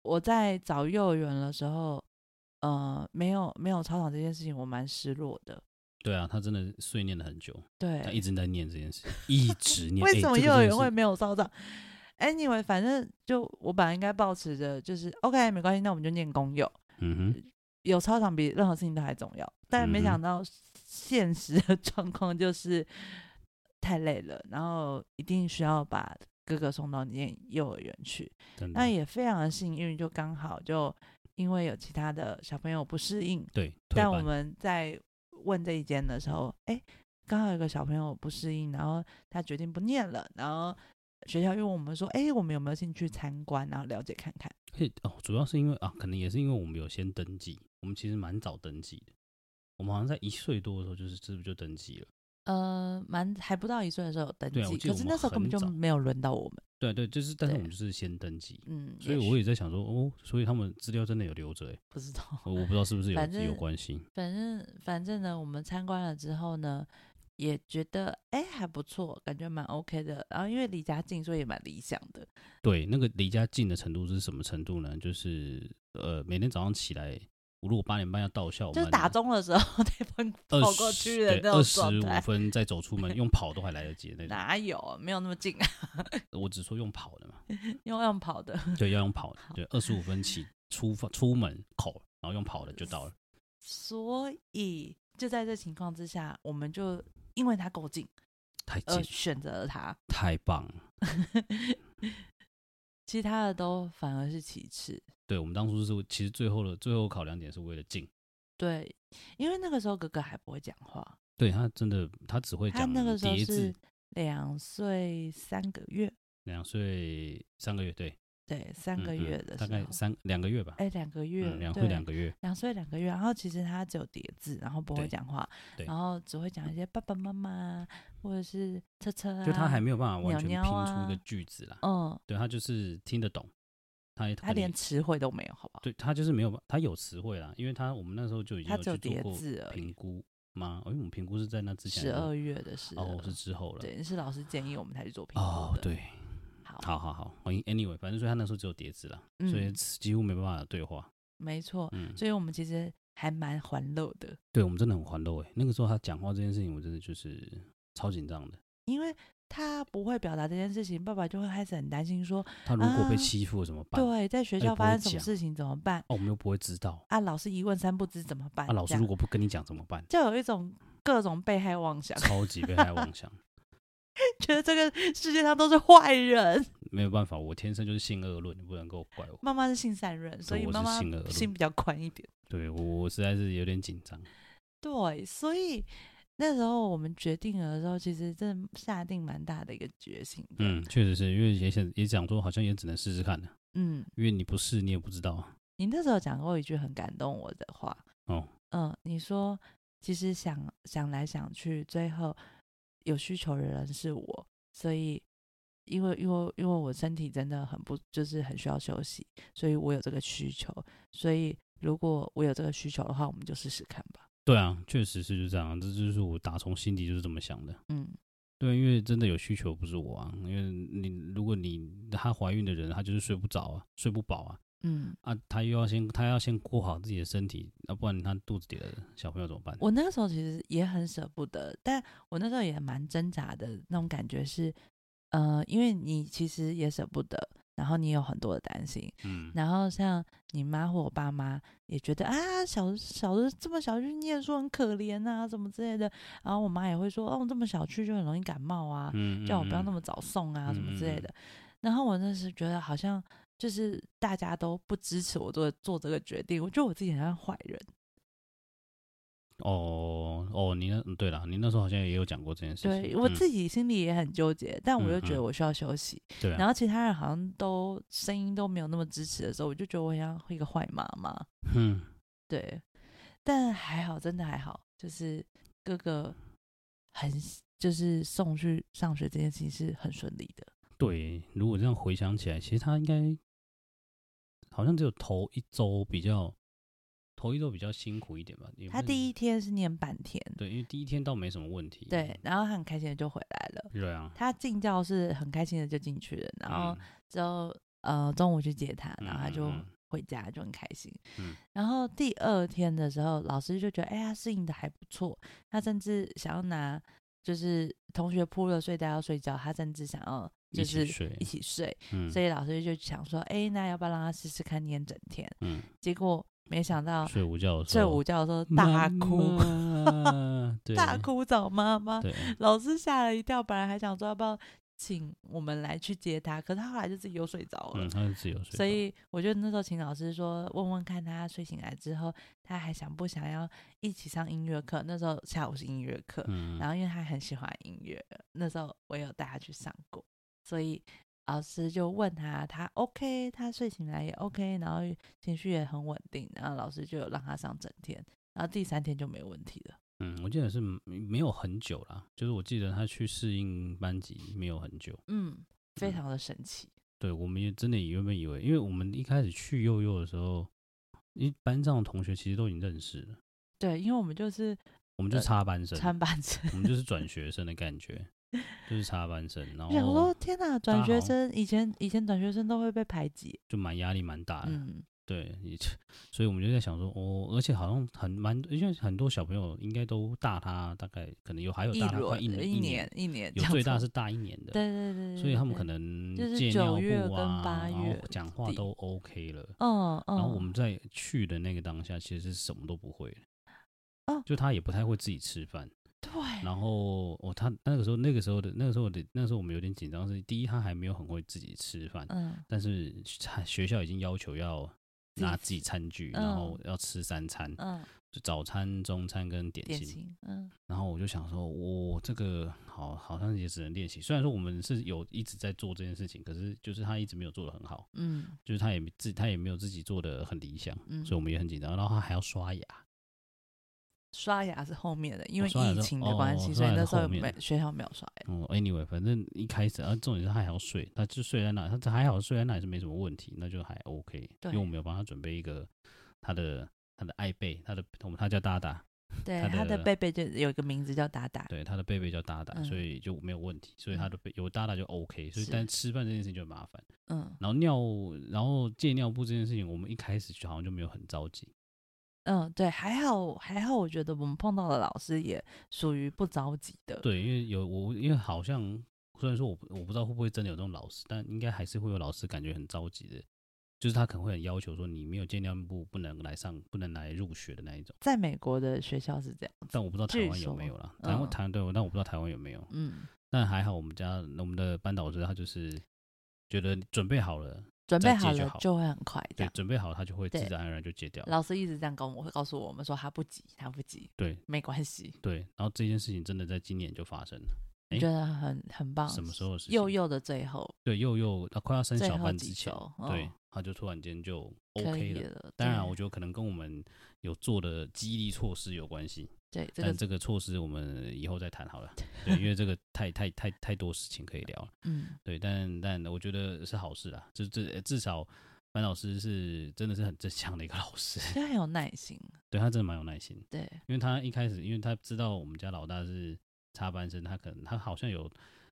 [SPEAKER 2] 我在找幼儿园的时候，呃，没有没有操场这件事情，我蛮失落的。
[SPEAKER 1] 对啊，他真的碎念了很久，他一
[SPEAKER 2] 对，
[SPEAKER 1] 直在念这件事，一直念。
[SPEAKER 2] 为
[SPEAKER 1] 欸
[SPEAKER 2] 什么
[SPEAKER 1] 这个
[SPEAKER 2] 幼儿
[SPEAKER 1] 真的
[SPEAKER 2] 园会
[SPEAKER 1] 是
[SPEAKER 2] 没有操场？Anyway，反正就我本来应该保持着就是 OK，没关系，那我们就念公幼，
[SPEAKER 1] 嗯哼，
[SPEAKER 2] 有操场比任何事情都还重要。但没
[SPEAKER 1] 嗯哼
[SPEAKER 2] 想到现实的 状况就是太累了，然后一定需要把哥哥送到念幼儿园去。
[SPEAKER 1] 真的
[SPEAKER 2] 那也非常的幸运，就刚好就因为有其他的小朋友不适应，
[SPEAKER 1] 对，退
[SPEAKER 2] 但我
[SPEAKER 1] 班
[SPEAKER 2] 们在问这一间的时候，哎，刚好有个小朋友不适应，然后他决定不念了，然后学校又问我们说，哎，我们有没有兴趣参观，然后了解看看？
[SPEAKER 1] 嘿哦，主要是因为啊，可能也是因为我们有先登记，我们其实蛮早登记的，我们好像在一岁多的时候就是是不是就登记了？
[SPEAKER 2] 呃，蛮还不到一岁的时候有登
[SPEAKER 1] 对啊我
[SPEAKER 2] 记，
[SPEAKER 1] 记得
[SPEAKER 2] 可是
[SPEAKER 1] 我们
[SPEAKER 2] 那时候根
[SPEAKER 1] 很
[SPEAKER 2] 本就
[SPEAKER 1] 早
[SPEAKER 2] 没有轮到我们。
[SPEAKER 1] 对啊对，就是，但是
[SPEAKER 2] 对
[SPEAKER 1] 我们就是先登记，
[SPEAKER 2] 嗯，
[SPEAKER 1] 所以
[SPEAKER 2] 也
[SPEAKER 1] 我
[SPEAKER 2] 许
[SPEAKER 1] 也在想说，哦，所以他们资料真的有留着、欸，
[SPEAKER 2] 不知道。
[SPEAKER 1] 我我不知道是不是有
[SPEAKER 2] 反正
[SPEAKER 1] 有关系。
[SPEAKER 2] 反正反正呢，我们参观了之后呢，也觉得哎、还不错，感觉蛮 OK 的。然后因为离家近，所以也蛮理想的。
[SPEAKER 1] 对，那个离家近的程度是什么程度呢？就是呃，每天早上起来，我如果八点半要到校，
[SPEAKER 2] 就是打钟的时候 那分
[SPEAKER 1] 二
[SPEAKER 2] 跑过去的那
[SPEAKER 1] 二
[SPEAKER 2] 种
[SPEAKER 1] 十
[SPEAKER 2] 状
[SPEAKER 1] 五
[SPEAKER 2] 态，
[SPEAKER 1] 分再走出门，用跑都还来得及的那种。
[SPEAKER 2] 哪有没有 那么近啊？
[SPEAKER 1] 我只说用跑的嘛，
[SPEAKER 2] 用用跑的，
[SPEAKER 1] 对，要用跑的
[SPEAKER 2] 好，
[SPEAKER 1] 对，二十五分起出发出门口，然后用跑的就到了。
[SPEAKER 2] 所以就在这情况之下，我们就因为它够近
[SPEAKER 1] 太
[SPEAKER 2] 而
[SPEAKER 1] 近，
[SPEAKER 2] 选择了它，
[SPEAKER 1] 太棒了！
[SPEAKER 2] 其他的都反而是其次。
[SPEAKER 1] 对我们当初是其实最后的最后考量点是为了近，
[SPEAKER 2] 对，因为那个时候哥哥还不会讲话，
[SPEAKER 1] 对他真的他只会
[SPEAKER 2] 他
[SPEAKER 1] 讲
[SPEAKER 2] 那个时候
[SPEAKER 1] 叠
[SPEAKER 2] 是
[SPEAKER 1] 字，
[SPEAKER 2] 两岁三个月，
[SPEAKER 1] 两岁三个月，对，
[SPEAKER 2] 对，三
[SPEAKER 1] 嗯
[SPEAKER 2] 个
[SPEAKER 1] 嗯
[SPEAKER 2] 月的
[SPEAKER 1] 大
[SPEAKER 2] 时候，
[SPEAKER 1] 概三两个月吧，
[SPEAKER 2] 哎，两个月，
[SPEAKER 1] 嗯，两
[SPEAKER 2] 对
[SPEAKER 1] 岁两个月，
[SPEAKER 2] 两岁两个月，然后其实他只有叠字，然后不会
[SPEAKER 1] 对
[SPEAKER 2] 讲话，
[SPEAKER 1] 对
[SPEAKER 2] 然后只会讲一些爸爸妈妈啊或者是车车啊，
[SPEAKER 1] 就他还没有办法完全
[SPEAKER 2] 鸟
[SPEAKER 1] 拼
[SPEAKER 2] 鸟
[SPEAKER 1] 出一个
[SPEAKER 2] 啊
[SPEAKER 1] 句子啦，
[SPEAKER 2] 嗯，
[SPEAKER 1] 对他就是听得懂，他也
[SPEAKER 2] 他连词汇都没有，好不好？
[SPEAKER 1] 对他就是没有办，他有词汇啦，因为他我们那时候就已经
[SPEAKER 2] 他只有
[SPEAKER 1] 有去
[SPEAKER 2] 叠
[SPEAKER 1] 做过
[SPEAKER 2] 字而已
[SPEAKER 1] 评。估吗？哦因为我们评估是在那之前
[SPEAKER 2] 十
[SPEAKER 1] 还是
[SPEAKER 2] 二月的时候，
[SPEAKER 1] 哦是之后了，
[SPEAKER 2] 对，是老师建议我们才去做评估
[SPEAKER 1] 哦
[SPEAKER 2] 的。
[SPEAKER 1] 对，
[SPEAKER 2] 好，
[SPEAKER 1] 好好好，anyway，反正所以他那时候只有叠字啦，
[SPEAKER 2] 嗯，
[SPEAKER 1] 所以几乎没办法对话，
[SPEAKER 2] 没错，
[SPEAKER 1] 嗯，
[SPEAKER 2] 所以我们其实还蛮欢乐的，
[SPEAKER 1] 对我们真的很欢乐哎，那个时候他讲话这件事情，我真的就是超紧张的，
[SPEAKER 2] 因为他不会表达这件事情，爸爸就会开始很担心说，
[SPEAKER 1] 他如果被
[SPEAKER 2] 啊
[SPEAKER 1] 欺负了怎么办？
[SPEAKER 2] 对，在学
[SPEAKER 1] 他也
[SPEAKER 2] 校
[SPEAKER 1] 不会
[SPEAKER 2] 发生什么
[SPEAKER 1] 讲
[SPEAKER 2] 事情怎么办？
[SPEAKER 1] 哦，我们又不会知道，
[SPEAKER 2] 啊，老师一问三不知怎么办？
[SPEAKER 1] 啊，老
[SPEAKER 2] 这
[SPEAKER 1] 师
[SPEAKER 2] 样
[SPEAKER 1] 如果不跟你讲怎么办？
[SPEAKER 2] 就有一种各种被害妄想，
[SPEAKER 1] 超级被害妄想，
[SPEAKER 2] 觉得这个世界上都是坏人。
[SPEAKER 1] 没有办法，我天生就是性恶论，你不能够怪我。
[SPEAKER 2] 妈妈是性善人，所以
[SPEAKER 1] 我
[SPEAKER 2] 妈
[SPEAKER 1] 是
[SPEAKER 2] 妈
[SPEAKER 1] 性恶论
[SPEAKER 2] 心比较宽一点。
[SPEAKER 1] 对我，我实在是有点紧张。
[SPEAKER 2] 对，所以那时候我们决定了的时候，其实真的下定蛮大的一个决心的。
[SPEAKER 1] 嗯，确实是因为也想也想说，好像也只能试试看的，
[SPEAKER 2] 嗯，
[SPEAKER 1] 因为你不试你也不知道啊。
[SPEAKER 2] 你那时候讲过一句很感动我的话，
[SPEAKER 1] 哦，
[SPEAKER 2] 嗯，你说其实想想来想去，最后有需求的人是我，所以因为因为因为我身体真的很不就是很需要休息，所以我有这个需求，所以如果我有这个需求的话，我们就试试看吧。
[SPEAKER 1] 对啊，确实是就这样啊，这就是我打从心底就是这么想的。
[SPEAKER 2] 嗯，
[SPEAKER 1] 对，因为真的有需求不是我啊，因为你如果你她怀孕的人，她就是睡不着啊，睡不饱啊，
[SPEAKER 2] 嗯，
[SPEAKER 1] 啊，她又要先她要先顾好自己的身体，要、不然她肚子里的小朋友怎么办？
[SPEAKER 2] 我那个时候其实也很舍不得，但我那时候也蛮挣扎的那种感觉是，呃，因为你其实也舍不得，然后你有很多的担心，
[SPEAKER 1] 嗯，
[SPEAKER 2] 然后像你妈或我爸妈也觉得啊，小小的这么小就去念书很可怜啊，什么之类的。然后我妈也会说，哦，这么小去就很容易感冒啊，
[SPEAKER 1] 嗯，
[SPEAKER 2] 叫我不要那
[SPEAKER 1] 么
[SPEAKER 2] 么早送啊，什么之
[SPEAKER 1] 嗯嗯
[SPEAKER 2] 类
[SPEAKER 1] 嗯
[SPEAKER 2] 的。然后我那时觉得好像就是大家都不支持我做做这个决定，我觉得我自己很像坏人。
[SPEAKER 1] 哦哦，你那嗯对了，你那时候好像也有讲过这件事情。
[SPEAKER 2] 对我
[SPEAKER 1] 嗯
[SPEAKER 2] 自己心里也很纠结，但我
[SPEAKER 1] 嗯
[SPEAKER 2] 又觉得
[SPEAKER 1] 嗯
[SPEAKER 2] 我需要休息。
[SPEAKER 1] 对啊，
[SPEAKER 2] 然后其他人好像都声音都没有那么支持的时候，我就觉得我很像一个坏妈妈。
[SPEAKER 1] 嗯，
[SPEAKER 2] 对，但还好，真的还好，就是哥哥很就是送去上学这件事情是很顺利的。
[SPEAKER 1] 对，如果这样回想起来，其实他应该好像只有头一周比较，头一周比较辛苦一点吧。
[SPEAKER 2] 他第
[SPEAKER 1] 一
[SPEAKER 2] 一天是念半天，
[SPEAKER 1] 对，因为第一天倒没什么问题。
[SPEAKER 2] 对，，然后他很开心的就回来了。
[SPEAKER 1] 对啊。
[SPEAKER 2] 他进教室很开心的就进去了，然后之后呃中午去接他，
[SPEAKER 1] 嗯，
[SPEAKER 2] 然后他
[SPEAKER 1] 嗯
[SPEAKER 2] 就
[SPEAKER 1] 嗯
[SPEAKER 2] 回家就很开心。
[SPEAKER 1] 嗯
[SPEAKER 2] 然后第二天的时候，老师就觉得哎，他适应的还不错，他甚至想要拿就是同学铺了睡袋要睡觉，他甚至想要
[SPEAKER 1] 一
[SPEAKER 2] 就
[SPEAKER 1] 起
[SPEAKER 2] 是
[SPEAKER 1] 睡，
[SPEAKER 2] 一起睡。
[SPEAKER 1] 嗯
[SPEAKER 2] 所以老师就想说，哎、那要不要让他试试看念整天？
[SPEAKER 1] 嗯，
[SPEAKER 2] 结果没想到
[SPEAKER 1] 睡午觉的时
[SPEAKER 2] 哦睡
[SPEAKER 1] 候
[SPEAKER 2] 午觉的时候大哭，，
[SPEAKER 1] 妈 妈对
[SPEAKER 2] 大，哭找妈妈，
[SPEAKER 1] 对，
[SPEAKER 2] 老师吓了一跳。本来还想说要不要请我们来去接他，可是他后来就自己又睡着了。
[SPEAKER 1] 嗯，他是自由睡，
[SPEAKER 2] 所以我就那时候请老师说，问问看他睡醒来之后，他还想不想要一起上音乐课？那时候下午是音乐课，
[SPEAKER 1] 嗯，
[SPEAKER 2] 然后因为他很喜欢音乐，那时候我有带他去上过，所以老师就问他，他 OK，他睡醒来也 OK，然后情绪也很稳定，然后老师就有让他上整天，然后第三天就没问题了。
[SPEAKER 1] 嗯，我记得是没没有很久啦，就是我记得他去适应班级没有很久。
[SPEAKER 2] 嗯，非
[SPEAKER 1] 嗯
[SPEAKER 2] 常的神奇。
[SPEAKER 1] 对，我们也真的原本以为，因为我们一开始去幼幼的时候，一班上的同学其实都已经认识了，
[SPEAKER 2] 对，因为我们就是
[SPEAKER 1] 我们就
[SPEAKER 2] 呃
[SPEAKER 1] 插班生，
[SPEAKER 2] 穿板子，
[SPEAKER 1] 我们就是转学生的感觉，就是插班生，然
[SPEAKER 2] 想说
[SPEAKER 1] 后
[SPEAKER 2] 天哪，
[SPEAKER 1] 哦大
[SPEAKER 2] 转
[SPEAKER 1] 家
[SPEAKER 2] 学
[SPEAKER 1] 好
[SPEAKER 2] 生以前以前转学生都会被排挤，
[SPEAKER 1] 就蛮压力蛮大的。
[SPEAKER 2] 嗯，
[SPEAKER 1] 对，也所以我们就在想说，哦，而且好像很蛮，因为很多小朋友应该都大他大概可能有还有
[SPEAKER 2] 一
[SPEAKER 1] 大他快
[SPEAKER 2] 轮
[SPEAKER 1] 一年
[SPEAKER 2] 一
[SPEAKER 1] 年，
[SPEAKER 2] 一年这
[SPEAKER 1] 有
[SPEAKER 2] 样
[SPEAKER 1] 最
[SPEAKER 2] 子
[SPEAKER 1] 大
[SPEAKER 2] 吗
[SPEAKER 1] 是大一年的，
[SPEAKER 2] 对对对对，
[SPEAKER 1] 所以他们
[SPEAKER 2] 对
[SPEAKER 1] 可能
[SPEAKER 2] 就是
[SPEAKER 1] 借
[SPEAKER 2] 九
[SPEAKER 1] 尿
[SPEAKER 2] 月
[SPEAKER 1] 布
[SPEAKER 2] 跟
[SPEAKER 1] 啊，
[SPEAKER 2] 八
[SPEAKER 1] 然
[SPEAKER 2] 月
[SPEAKER 1] 后讲话
[SPEAKER 2] 底
[SPEAKER 1] 都 OK 了。
[SPEAKER 2] 嗯嗯，
[SPEAKER 1] 然后我们在去的那个当下，其实是什么都不会的
[SPEAKER 2] 哦
[SPEAKER 1] 就他也不太会自己吃饭。
[SPEAKER 2] 对，
[SPEAKER 1] 然后哦，他那个时候那个时候的那个时候的那时候我们有点紧张，是第一他还没有很会自己吃饭，
[SPEAKER 2] 嗯
[SPEAKER 1] 但是他学校已经要求要
[SPEAKER 2] 自己
[SPEAKER 1] 拿
[SPEAKER 2] 吃
[SPEAKER 1] 自己餐具，
[SPEAKER 2] 嗯
[SPEAKER 1] 然后要吃三餐，
[SPEAKER 2] 嗯，
[SPEAKER 1] 就早餐、中餐跟点
[SPEAKER 2] 典
[SPEAKER 1] 心。
[SPEAKER 2] 型，嗯
[SPEAKER 1] 然后我就想说，我、这个好好像也只能练习。虽然说我们是有一直在做这件事情，可是就是他一直没有做的很好，
[SPEAKER 2] 嗯
[SPEAKER 1] 就是他也没自他也没有自己做的很理想，
[SPEAKER 2] 嗯，
[SPEAKER 1] 所以我们也很紧张。然后他还要刷牙，
[SPEAKER 2] 刷牙是后面的，因
[SPEAKER 1] 哦
[SPEAKER 2] 为
[SPEAKER 1] 刷牙
[SPEAKER 2] 疫
[SPEAKER 1] 是
[SPEAKER 2] 情的关
[SPEAKER 1] 哦
[SPEAKER 2] 系，
[SPEAKER 1] 刷
[SPEAKER 2] 所以
[SPEAKER 1] 牙
[SPEAKER 2] 那
[SPEAKER 1] 是
[SPEAKER 2] 时候
[SPEAKER 1] 后
[SPEAKER 2] 没
[SPEAKER 1] 面
[SPEAKER 2] 学校没有刷牙。
[SPEAKER 1] 哦，anyway，反正一开始啊，重点是他还要睡，他就睡在那，他还好睡在那也是没什么问题，那就还 OK。
[SPEAKER 2] 对
[SPEAKER 1] 因为我们有帮他准备一个他的他的爱被，他的我们他叫达达，
[SPEAKER 2] 对，
[SPEAKER 1] 他
[SPEAKER 2] 他的
[SPEAKER 1] 的
[SPEAKER 2] 贝贝就有一个名字叫达达，
[SPEAKER 1] 对，他的贝贝叫达达，
[SPEAKER 2] 嗯
[SPEAKER 1] 所以就没有问题，所以他的贝有达达就 OK。所以
[SPEAKER 2] 是
[SPEAKER 1] 但吃饭这件事情就很麻烦，
[SPEAKER 2] 嗯
[SPEAKER 1] 然后尿然后借尿布这件事情，我们一开始就好像就没有很着急，
[SPEAKER 2] 嗯，对，还好还好，我觉得我们碰到的老师也属于不着急的，
[SPEAKER 1] 对，因为有我因为好像虽然说我不我不知道会不会真的有这种老师，但应该还是会有老师感觉很着急的。就是他可能会很要求说你没有借尿布不能来上不能来入学的那一种，
[SPEAKER 2] 在美国的学校是这样，
[SPEAKER 1] 但我不知道台
[SPEAKER 2] 据
[SPEAKER 1] 湾有
[SPEAKER 2] 说
[SPEAKER 1] 没有啦。台湾
[SPEAKER 2] 嗯
[SPEAKER 1] 台湾对，但我不知道台湾有没有。
[SPEAKER 2] 嗯，
[SPEAKER 1] 但还好我们家我们的班导师他就是觉得准备好了，
[SPEAKER 2] 准备
[SPEAKER 1] 再
[SPEAKER 2] 好
[SPEAKER 1] 借就
[SPEAKER 2] 了
[SPEAKER 1] 好
[SPEAKER 2] 就会很快这
[SPEAKER 1] 对，
[SPEAKER 2] 样。
[SPEAKER 1] 准备好他就会自
[SPEAKER 2] 对
[SPEAKER 1] 然而然就戒掉。
[SPEAKER 2] 老师一直这样跟我们，告诉我们说他不急，他不急，
[SPEAKER 1] 对
[SPEAKER 2] 没关系，
[SPEAKER 1] 对，然后这件事情真的在今年就发生了。
[SPEAKER 2] 我
[SPEAKER 1] 诶
[SPEAKER 2] 觉得很很棒。
[SPEAKER 1] 什么时候的事情？
[SPEAKER 2] 幼幼的最后
[SPEAKER 1] 对幼幼，他快要升
[SPEAKER 2] 最
[SPEAKER 1] 小
[SPEAKER 2] 后
[SPEAKER 1] 班
[SPEAKER 2] 几
[SPEAKER 1] 之前，
[SPEAKER 2] 周，
[SPEAKER 1] 对
[SPEAKER 2] 嗯，
[SPEAKER 1] 他就突然间就
[SPEAKER 2] 可
[SPEAKER 1] OK
[SPEAKER 2] 以
[SPEAKER 1] 了。
[SPEAKER 2] 了。
[SPEAKER 1] 当然啊，
[SPEAKER 2] 对
[SPEAKER 1] 我觉得可能跟我们有做的激励措施有关系，
[SPEAKER 2] 对这
[SPEAKER 1] 但
[SPEAKER 2] 个
[SPEAKER 1] 这个措施我们以后再谈 好了。对，因为这个太太太太多事情可以聊了。
[SPEAKER 2] 嗯，
[SPEAKER 1] 对，但但我觉得是好事啦，就至至少班老师是真的是很正向的一个老师，
[SPEAKER 2] 就很有耐心。
[SPEAKER 1] 对他真的蛮有耐心，
[SPEAKER 2] 对，
[SPEAKER 1] 因为他一开始因为他知道我们家老大是插班生，他可能他好像有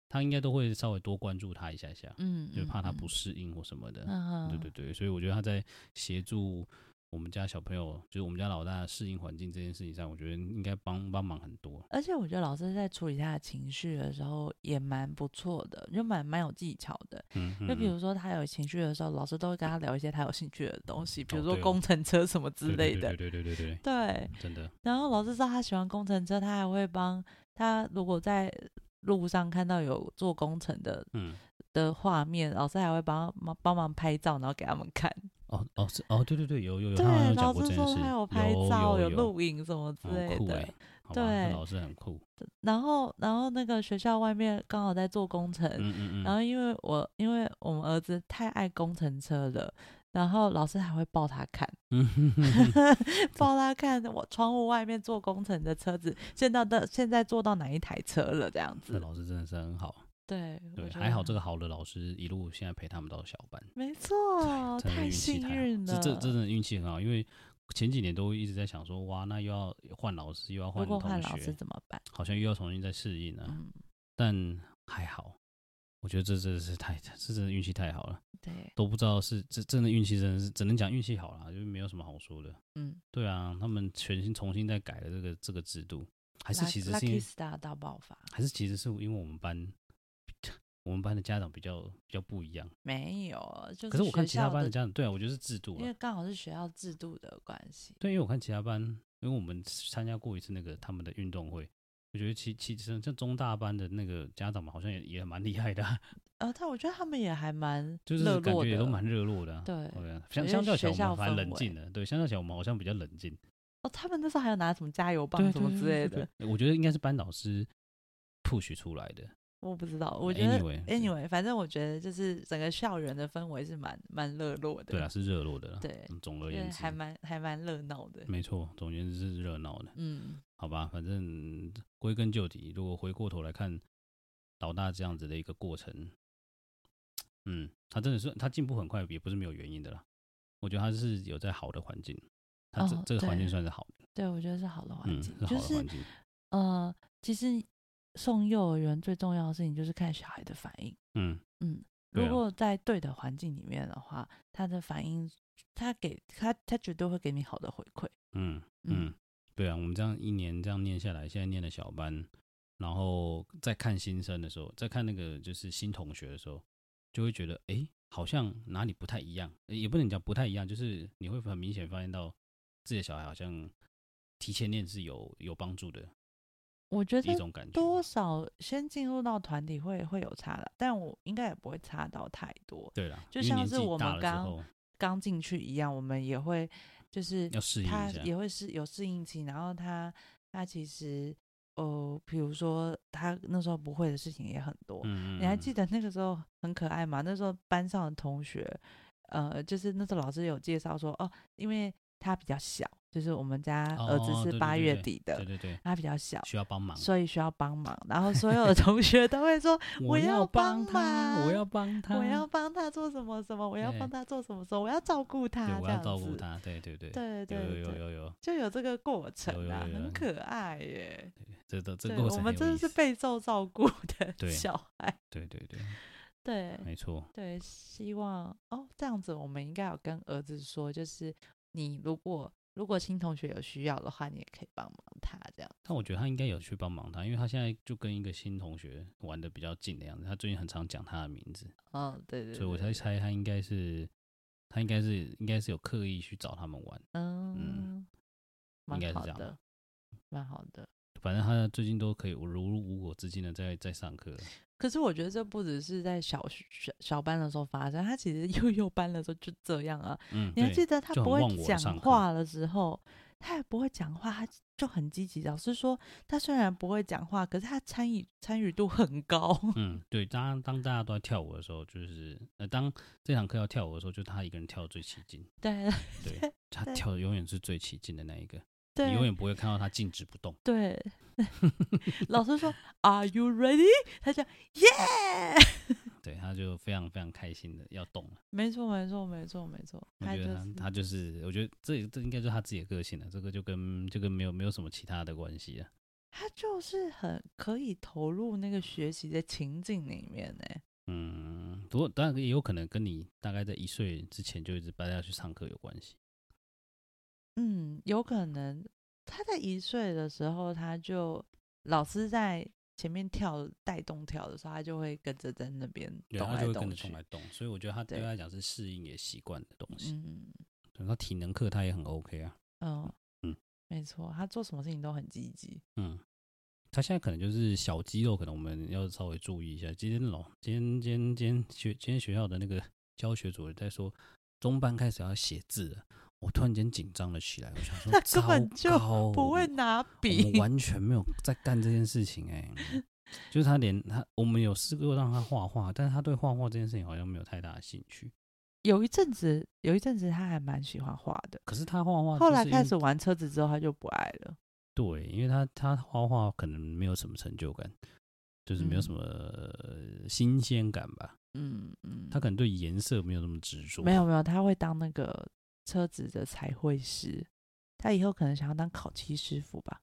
[SPEAKER 1] 他应该都会稍微多关注他一下下，
[SPEAKER 2] 嗯，
[SPEAKER 1] 就怕他
[SPEAKER 2] 嗯
[SPEAKER 1] 不，适应或什么的。
[SPEAKER 2] 嗯，
[SPEAKER 1] 对对对，所以我觉得他在协助我们家小朋友，就是我们家老大适应环境这件事情上，我觉得应该帮帮忙很多。
[SPEAKER 2] 而且我觉得老师在处理他的情绪的时候也蛮不错的，就蛮蛮有技巧的。
[SPEAKER 1] 嗯，
[SPEAKER 2] 就
[SPEAKER 1] 嗯
[SPEAKER 2] 比
[SPEAKER 1] 嗯
[SPEAKER 2] 如说他有情绪的时候，老师都会跟他聊一些他有兴趣的东西，比
[SPEAKER 1] 哦
[SPEAKER 2] 如说
[SPEAKER 1] 对哦
[SPEAKER 2] 工程车什么之
[SPEAKER 1] 对对
[SPEAKER 2] 类的。
[SPEAKER 1] 对对对对对，
[SPEAKER 2] 对，
[SPEAKER 1] 真的，
[SPEAKER 2] 然后老师知道他喜欢工程车，他还会帮他。如果在路上看到有做工程的
[SPEAKER 1] 嗯，
[SPEAKER 2] 的画面，老师还会帮忙帮忙拍照，然后给他们看。
[SPEAKER 1] 哦哦是哦，对对对，有有有，他好像有
[SPEAKER 2] 对，老
[SPEAKER 1] 讲过
[SPEAKER 2] 师
[SPEAKER 1] 这件
[SPEAKER 2] 说
[SPEAKER 1] 事，
[SPEAKER 2] 他有拍照、
[SPEAKER 1] 有
[SPEAKER 2] 有
[SPEAKER 1] 有，
[SPEAKER 2] 录影什么之
[SPEAKER 1] 很
[SPEAKER 2] 类
[SPEAKER 1] 酷
[SPEAKER 2] 的。
[SPEAKER 1] 哎，好吧，这
[SPEAKER 2] 对
[SPEAKER 1] 老师很酷，
[SPEAKER 2] 然后，然后那个学校外面刚好在做工程，
[SPEAKER 1] 嗯嗯嗯，
[SPEAKER 2] 然后因为我因为我们儿子太爱工程车了，然后老师还会抱他看，
[SPEAKER 1] 嗯哼哼哼
[SPEAKER 2] 抱他看我窗户外面做工程的车子，现在的现在坐到哪一台车了这样
[SPEAKER 1] 这
[SPEAKER 2] 子。
[SPEAKER 1] 老师真的是很好，
[SPEAKER 2] 对，我
[SPEAKER 1] 嗯对，
[SPEAKER 2] 觉
[SPEAKER 1] 还
[SPEAKER 2] 得
[SPEAKER 1] 好这个好的老师一路现在陪他们到小班，
[SPEAKER 2] 没错，
[SPEAKER 1] 真的
[SPEAKER 2] 哦太
[SPEAKER 1] 运气
[SPEAKER 2] 幸
[SPEAKER 1] 太好
[SPEAKER 2] 运了。
[SPEAKER 1] 这这真的运气很好，因为前几年都一直在想说，哇，那又要换老师，又要
[SPEAKER 2] 如
[SPEAKER 1] 换
[SPEAKER 2] 果换
[SPEAKER 1] 同
[SPEAKER 2] 老师
[SPEAKER 1] 学，
[SPEAKER 2] 怎么办？
[SPEAKER 1] 好像又要重新再适应啊。
[SPEAKER 2] 嗯，
[SPEAKER 1] 但还好，我觉得这真的是太，这真的运气太好了，
[SPEAKER 2] 对，
[SPEAKER 1] 都不知道是这真的运气，真的是只能讲运气好啦，就是没有什么好说的。
[SPEAKER 2] 嗯，
[SPEAKER 1] 对啊，他们全新重新再改了这个这个制度，还
[SPEAKER 2] 还
[SPEAKER 1] 是其实是因
[SPEAKER 2] Lucky
[SPEAKER 1] 为
[SPEAKER 2] Star 大爆发？
[SPEAKER 1] 还是其实是因为我们班 我们班的家长比较比较不一样，
[SPEAKER 2] 没有，就
[SPEAKER 1] 可是我看
[SPEAKER 2] 学
[SPEAKER 1] 其他
[SPEAKER 2] 校
[SPEAKER 1] 班的
[SPEAKER 2] 的，
[SPEAKER 1] 家长，对啊，我觉得是制度
[SPEAKER 2] 因
[SPEAKER 1] 啊
[SPEAKER 2] 为，刚好是学校制度的关系。
[SPEAKER 1] 对，因为我看其他班，因为我们参加过一次那个他们的运动会，我觉得其其实像中大班的那个家长们好像也也蛮厉害的啊、
[SPEAKER 2] 呃，但我觉得他们也还蛮
[SPEAKER 1] 就是
[SPEAKER 2] 热
[SPEAKER 1] 感
[SPEAKER 2] 络
[SPEAKER 1] 觉也都
[SPEAKER 2] 的
[SPEAKER 1] 蛮热络的、啊。
[SPEAKER 2] 对
[SPEAKER 1] 啊，相
[SPEAKER 2] 觉得
[SPEAKER 1] 相较起来
[SPEAKER 2] 学
[SPEAKER 1] 我
[SPEAKER 2] 校
[SPEAKER 1] 们蛮
[SPEAKER 2] 氛
[SPEAKER 1] 冷
[SPEAKER 2] 围
[SPEAKER 1] 静的，对，相较起来我们好像比较冷静，
[SPEAKER 2] 哦，他们那时候还有拿什么加油棒
[SPEAKER 1] 对
[SPEAKER 2] 什么之类的，。
[SPEAKER 1] 对对我觉得应该是班导师 push 出来的。
[SPEAKER 2] 我不知道。我觉得
[SPEAKER 1] Anyway，对
[SPEAKER 2] anyway，反正我觉得就是整个校园的氛围是蛮蛮热络的，
[SPEAKER 1] 对啊，是热络的啦。嗯
[SPEAKER 2] 对
[SPEAKER 1] 嗯，总而
[SPEAKER 2] 就是
[SPEAKER 1] 言之
[SPEAKER 2] 还，蛮还蛮热闹的。
[SPEAKER 1] 没错，总而言之是热闹的。
[SPEAKER 2] 嗯，
[SPEAKER 1] 好吧，反正归根究底，如果回过头来看老大这样子的一个过程，嗯，他真的是他进步很快，也不是没有原因的啦。我觉得他是有在好的环境，他这、
[SPEAKER 2] 哦
[SPEAKER 1] 这个环境
[SPEAKER 2] 对
[SPEAKER 1] 算是好的，
[SPEAKER 2] 对我觉得是好的环
[SPEAKER 1] 嗯，
[SPEAKER 2] 境，
[SPEAKER 1] 是好
[SPEAKER 2] 就
[SPEAKER 1] 的
[SPEAKER 2] 是
[SPEAKER 1] 环境。
[SPEAKER 2] 呃，其实送幼儿园最重要的事情就是看小孩的反应。
[SPEAKER 1] 嗯，
[SPEAKER 2] 嗯，
[SPEAKER 1] 对
[SPEAKER 2] 如
[SPEAKER 1] 啊
[SPEAKER 2] 果在对的环境里面的话，他的反应，他给他他绝对会给你好的回馈。
[SPEAKER 1] 嗯嗯，对啊，我们这样一年这样念下来，现在念了小班，然后再看新生的时候，再看那个就是新同学的时候，就会觉得哎、诶好像哪里不太一样，诶也不能讲不太一样，就是你会很明显发现到自己的小孩好像提前念是有有帮助的
[SPEAKER 2] 我觉
[SPEAKER 1] 一
[SPEAKER 2] 得
[SPEAKER 1] 种感觉。
[SPEAKER 2] 多少先进入到团体会会有差的，但我应该也不会差到太多。
[SPEAKER 1] 对啦，
[SPEAKER 2] 就
[SPEAKER 1] 因为
[SPEAKER 2] 像
[SPEAKER 1] 年
[SPEAKER 2] 是
[SPEAKER 1] 纪
[SPEAKER 2] 我
[SPEAKER 1] 大
[SPEAKER 2] 们
[SPEAKER 1] 了之
[SPEAKER 2] 刚
[SPEAKER 1] 后
[SPEAKER 2] 刚进去一样，我们也会就是
[SPEAKER 1] 要适应一
[SPEAKER 2] 他
[SPEAKER 1] 下，
[SPEAKER 2] 也会是有适应期，然后他他其实哦，比如说他那时候不会的事情也很多，
[SPEAKER 1] 嗯，
[SPEAKER 2] 你还记
[SPEAKER 1] 得
[SPEAKER 2] 得那个时候很可爱吗？那时候班上的同学，呃，就是那时候老师有介绍说，哦，因为他比较小，就是我们家儿
[SPEAKER 1] 哦
[SPEAKER 2] 子
[SPEAKER 1] 对对
[SPEAKER 2] 是八
[SPEAKER 1] 对
[SPEAKER 2] 月底的，
[SPEAKER 1] 对对对，
[SPEAKER 2] 他比较小，
[SPEAKER 1] 需要帮忙，
[SPEAKER 2] 所以需要帮忙。然后所有的同学都会说，我要
[SPEAKER 1] 要
[SPEAKER 2] 帮
[SPEAKER 1] 他，我
[SPEAKER 2] 忙
[SPEAKER 1] 要帮他，
[SPEAKER 2] 我要帮他做什么什么，我要帮
[SPEAKER 1] 对
[SPEAKER 2] 他做什么什么，我要照顾他，
[SPEAKER 1] 对，我
[SPEAKER 2] 这
[SPEAKER 1] 要
[SPEAKER 2] 样
[SPEAKER 1] 照顾
[SPEAKER 2] 子。
[SPEAKER 1] 他，对对对，
[SPEAKER 2] 对
[SPEAKER 1] 有
[SPEAKER 2] 对
[SPEAKER 1] 有
[SPEAKER 2] 对，
[SPEAKER 1] 有有有，
[SPEAKER 2] 就有这个过程
[SPEAKER 1] 有有
[SPEAKER 2] 啊，
[SPEAKER 1] 有有
[SPEAKER 2] 很可爱耶。
[SPEAKER 1] 这这这
[SPEAKER 2] 对，
[SPEAKER 1] 过
[SPEAKER 2] 我
[SPEAKER 1] 程
[SPEAKER 2] 们
[SPEAKER 1] 很有
[SPEAKER 2] 真的
[SPEAKER 1] 意
[SPEAKER 2] 是
[SPEAKER 1] 思
[SPEAKER 2] 备受照顾的
[SPEAKER 1] 对哎
[SPEAKER 2] 小孩。
[SPEAKER 1] 对对对，
[SPEAKER 2] 对，
[SPEAKER 1] 没错，
[SPEAKER 2] 对，希望哦，这样子我们应该有跟儿子说，就是你如果如果新同学有需要的话，你也可以帮忙他这样。
[SPEAKER 1] 但我觉得他应该有去帮忙他，因为他现在就跟一个新同学玩的比较近的样子，他最近很常讲他的名字，
[SPEAKER 2] 嗯，对对对，
[SPEAKER 1] 所以我才
[SPEAKER 2] 对
[SPEAKER 1] 猜他应该是他应该是应该是有刻意去找他们玩，
[SPEAKER 2] 嗯，蛮
[SPEAKER 1] 该是
[SPEAKER 2] 好
[SPEAKER 1] 这样
[SPEAKER 2] 的，蛮好的。
[SPEAKER 1] 反正他最近都可以如入无我之境的在在上课了，
[SPEAKER 2] 可是我觉得这不只是在小学小小班的时候发生，他其实幼幼班的时候就这样啊。
[SPEAKER 1] 嗯，
[SPEAKER 2] 你还
[SPEAKER 1] 对
[SPEAKER 2] 记得他
[SPEAKER 1] 就
[SPEAKER 2] 不
[SPEAKER 1] 很
[SPEAKER 2] 会
[SPEAKER 1] 忘我
[SPEAKER 2] 讲
[SPEAKER 1] 上课
[SPEAKER 2] 话的时候，他也不会讲话，他就很积极。老师说他虽然不会讲话，可是他参与参与度很高。
[SPEAKER 1] 嗯，对，当当大家都在跳舞的时候，就是呃，当这堂课要跳舞的时候，就他一个人跳得最起劲，
[SPEAKER 2] 对
[SPEAKER 1] 对他
[SPEAKER 2] 对
[SPEAKER 1] 跳的永远是最起劲的那一个，
[SPEAKER 2] 对，
[SPEAKER 1] 你永远不会看到他静止不动。
[SPEAKER 2] 对， 老师说 Are you ready？他讲 Yeah，
[SPEAKER 1] 对，他就非常非常开心的要动了。
[SPEAKER 2] 没错，没错，没错，没错，
[SPEAKER 1] 我觉
[SPEAKER 2] 就
[SPEAKER 1] 得他
[SPEAKER 2] 是
[SPEAKER 1] 他就是，我觉得这这应该就是他自己的个性了，这个就跟就跟没有没有什么其他的关系了。
[SPEAKER 2] 他就是很可以投入那个学习的情境里面呢。
[SPEAKER 1] 嗯，不过当然也有可能跟你大概在一岁之前就一直带他去上课有关系。
[SPEAKER 2] 嗯，有可能他在一岁的时候，他就老师在前面跳带动跳的时候，他就会跟着在那边
[SPEAKER 1] 对，
[SPEAKER 2] 动
[SPEAKER 1] 他
[SPEAKER 2] 来
[SPEAKER 1] 就会跟
[SPEAKER 2] 动
[SPEAKER 1] 着动
[SPEAKER 2] 去。
[SPEAKER 1] 来动，所以我觉得他对
[SPEAKER 2] 对
[SPEAKER 1] 他来讲是适应也习惯的东西。
[SPEAKER 2] 嗯
[SPEAKER 1] 对他体能课他也很 OK 啊，
[SPEAKER 2] 嗯
[SPEAKER 1] 嗯
[SPEAKER 2] 没错，他做什么事情都很积极。
[SPEAKER 1] 嗯，他现在可能就是小肌肉，可能我们要稍微注意一下。今天老今天今天今天学今天学校的那个教学主任在说，中班开始要写字了，我突然间紧张了起来，我想说，
[SPEAKER 2] 他根本就
[SPEAKER 1] 糟糕
[SPEAKER 2] 不会拿笔
[SPEAKER 1] 哦我们，完全没有在干这件事情哎、就是他连他，我们有试过让他画画，但是他对画画这件事情好像没有太大的兴趣。
[SPEAKER 2] 有一阵子，有一阵子他还蛮喜欢画的，
[SPEAKER 1] 哦可是他画画，
[SPEAKER 2] 后来开始玩车子之后，他就不爱了。
[SPEAKER 1] 对，因为他他画画可能没有什么成就感，就是没有
[SPEAKER 2] 嗯
[SPEAKER 1] 什么、呃新鲜感吧。
[SPEAKER 2] 嗯嗯，
[SPEAKER 1] 他可能对颜色没有那么执着。
[SPEAKER 2] 没有没有，他会当那个车子的彩绘师，他以后可能想要当烤漆师傅吧。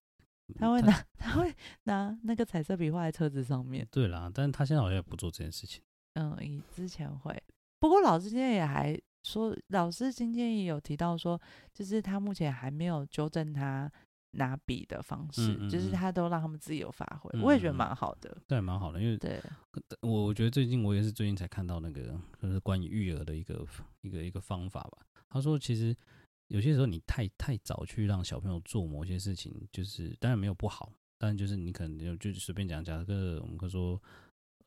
[SPEAKER 1] 嗯，
[SPEAKER 2] 他会拿， 他会拿那个彩色笔画在车子上面。
[SPEAKER 1] 对啦，但是他现在好像也不做这件事情。
[SPEAKER 2] 嗯，以之前会，不过老师今天也还说，老师今天也有提到说，就是他目前还没有纠正他拿笔的方式，
[SPEAKER 1] 嗯嗯
[SPEAKER 2] 就是
[SPEAKER 1] 嗯
[SPEAKER 2] 他都让他们自己有发挥，我也觉得
[SPEAKER 1] 嗯嗯嗯
[SPEAKER 2] 蛮好的。
[SPEAKER 1] 这也蛮好的，因为
[SPEAKER 2] 对，
[SPEAKER 1] 我我觉得最近我也是最近才看到那个，就是关于育儿的一个一个一个方法吧。他说，其实有些时候你太太早去让小朋友做某些事情，就是当然没有不好，但就是你可能就就随便讲，假设我们可以说，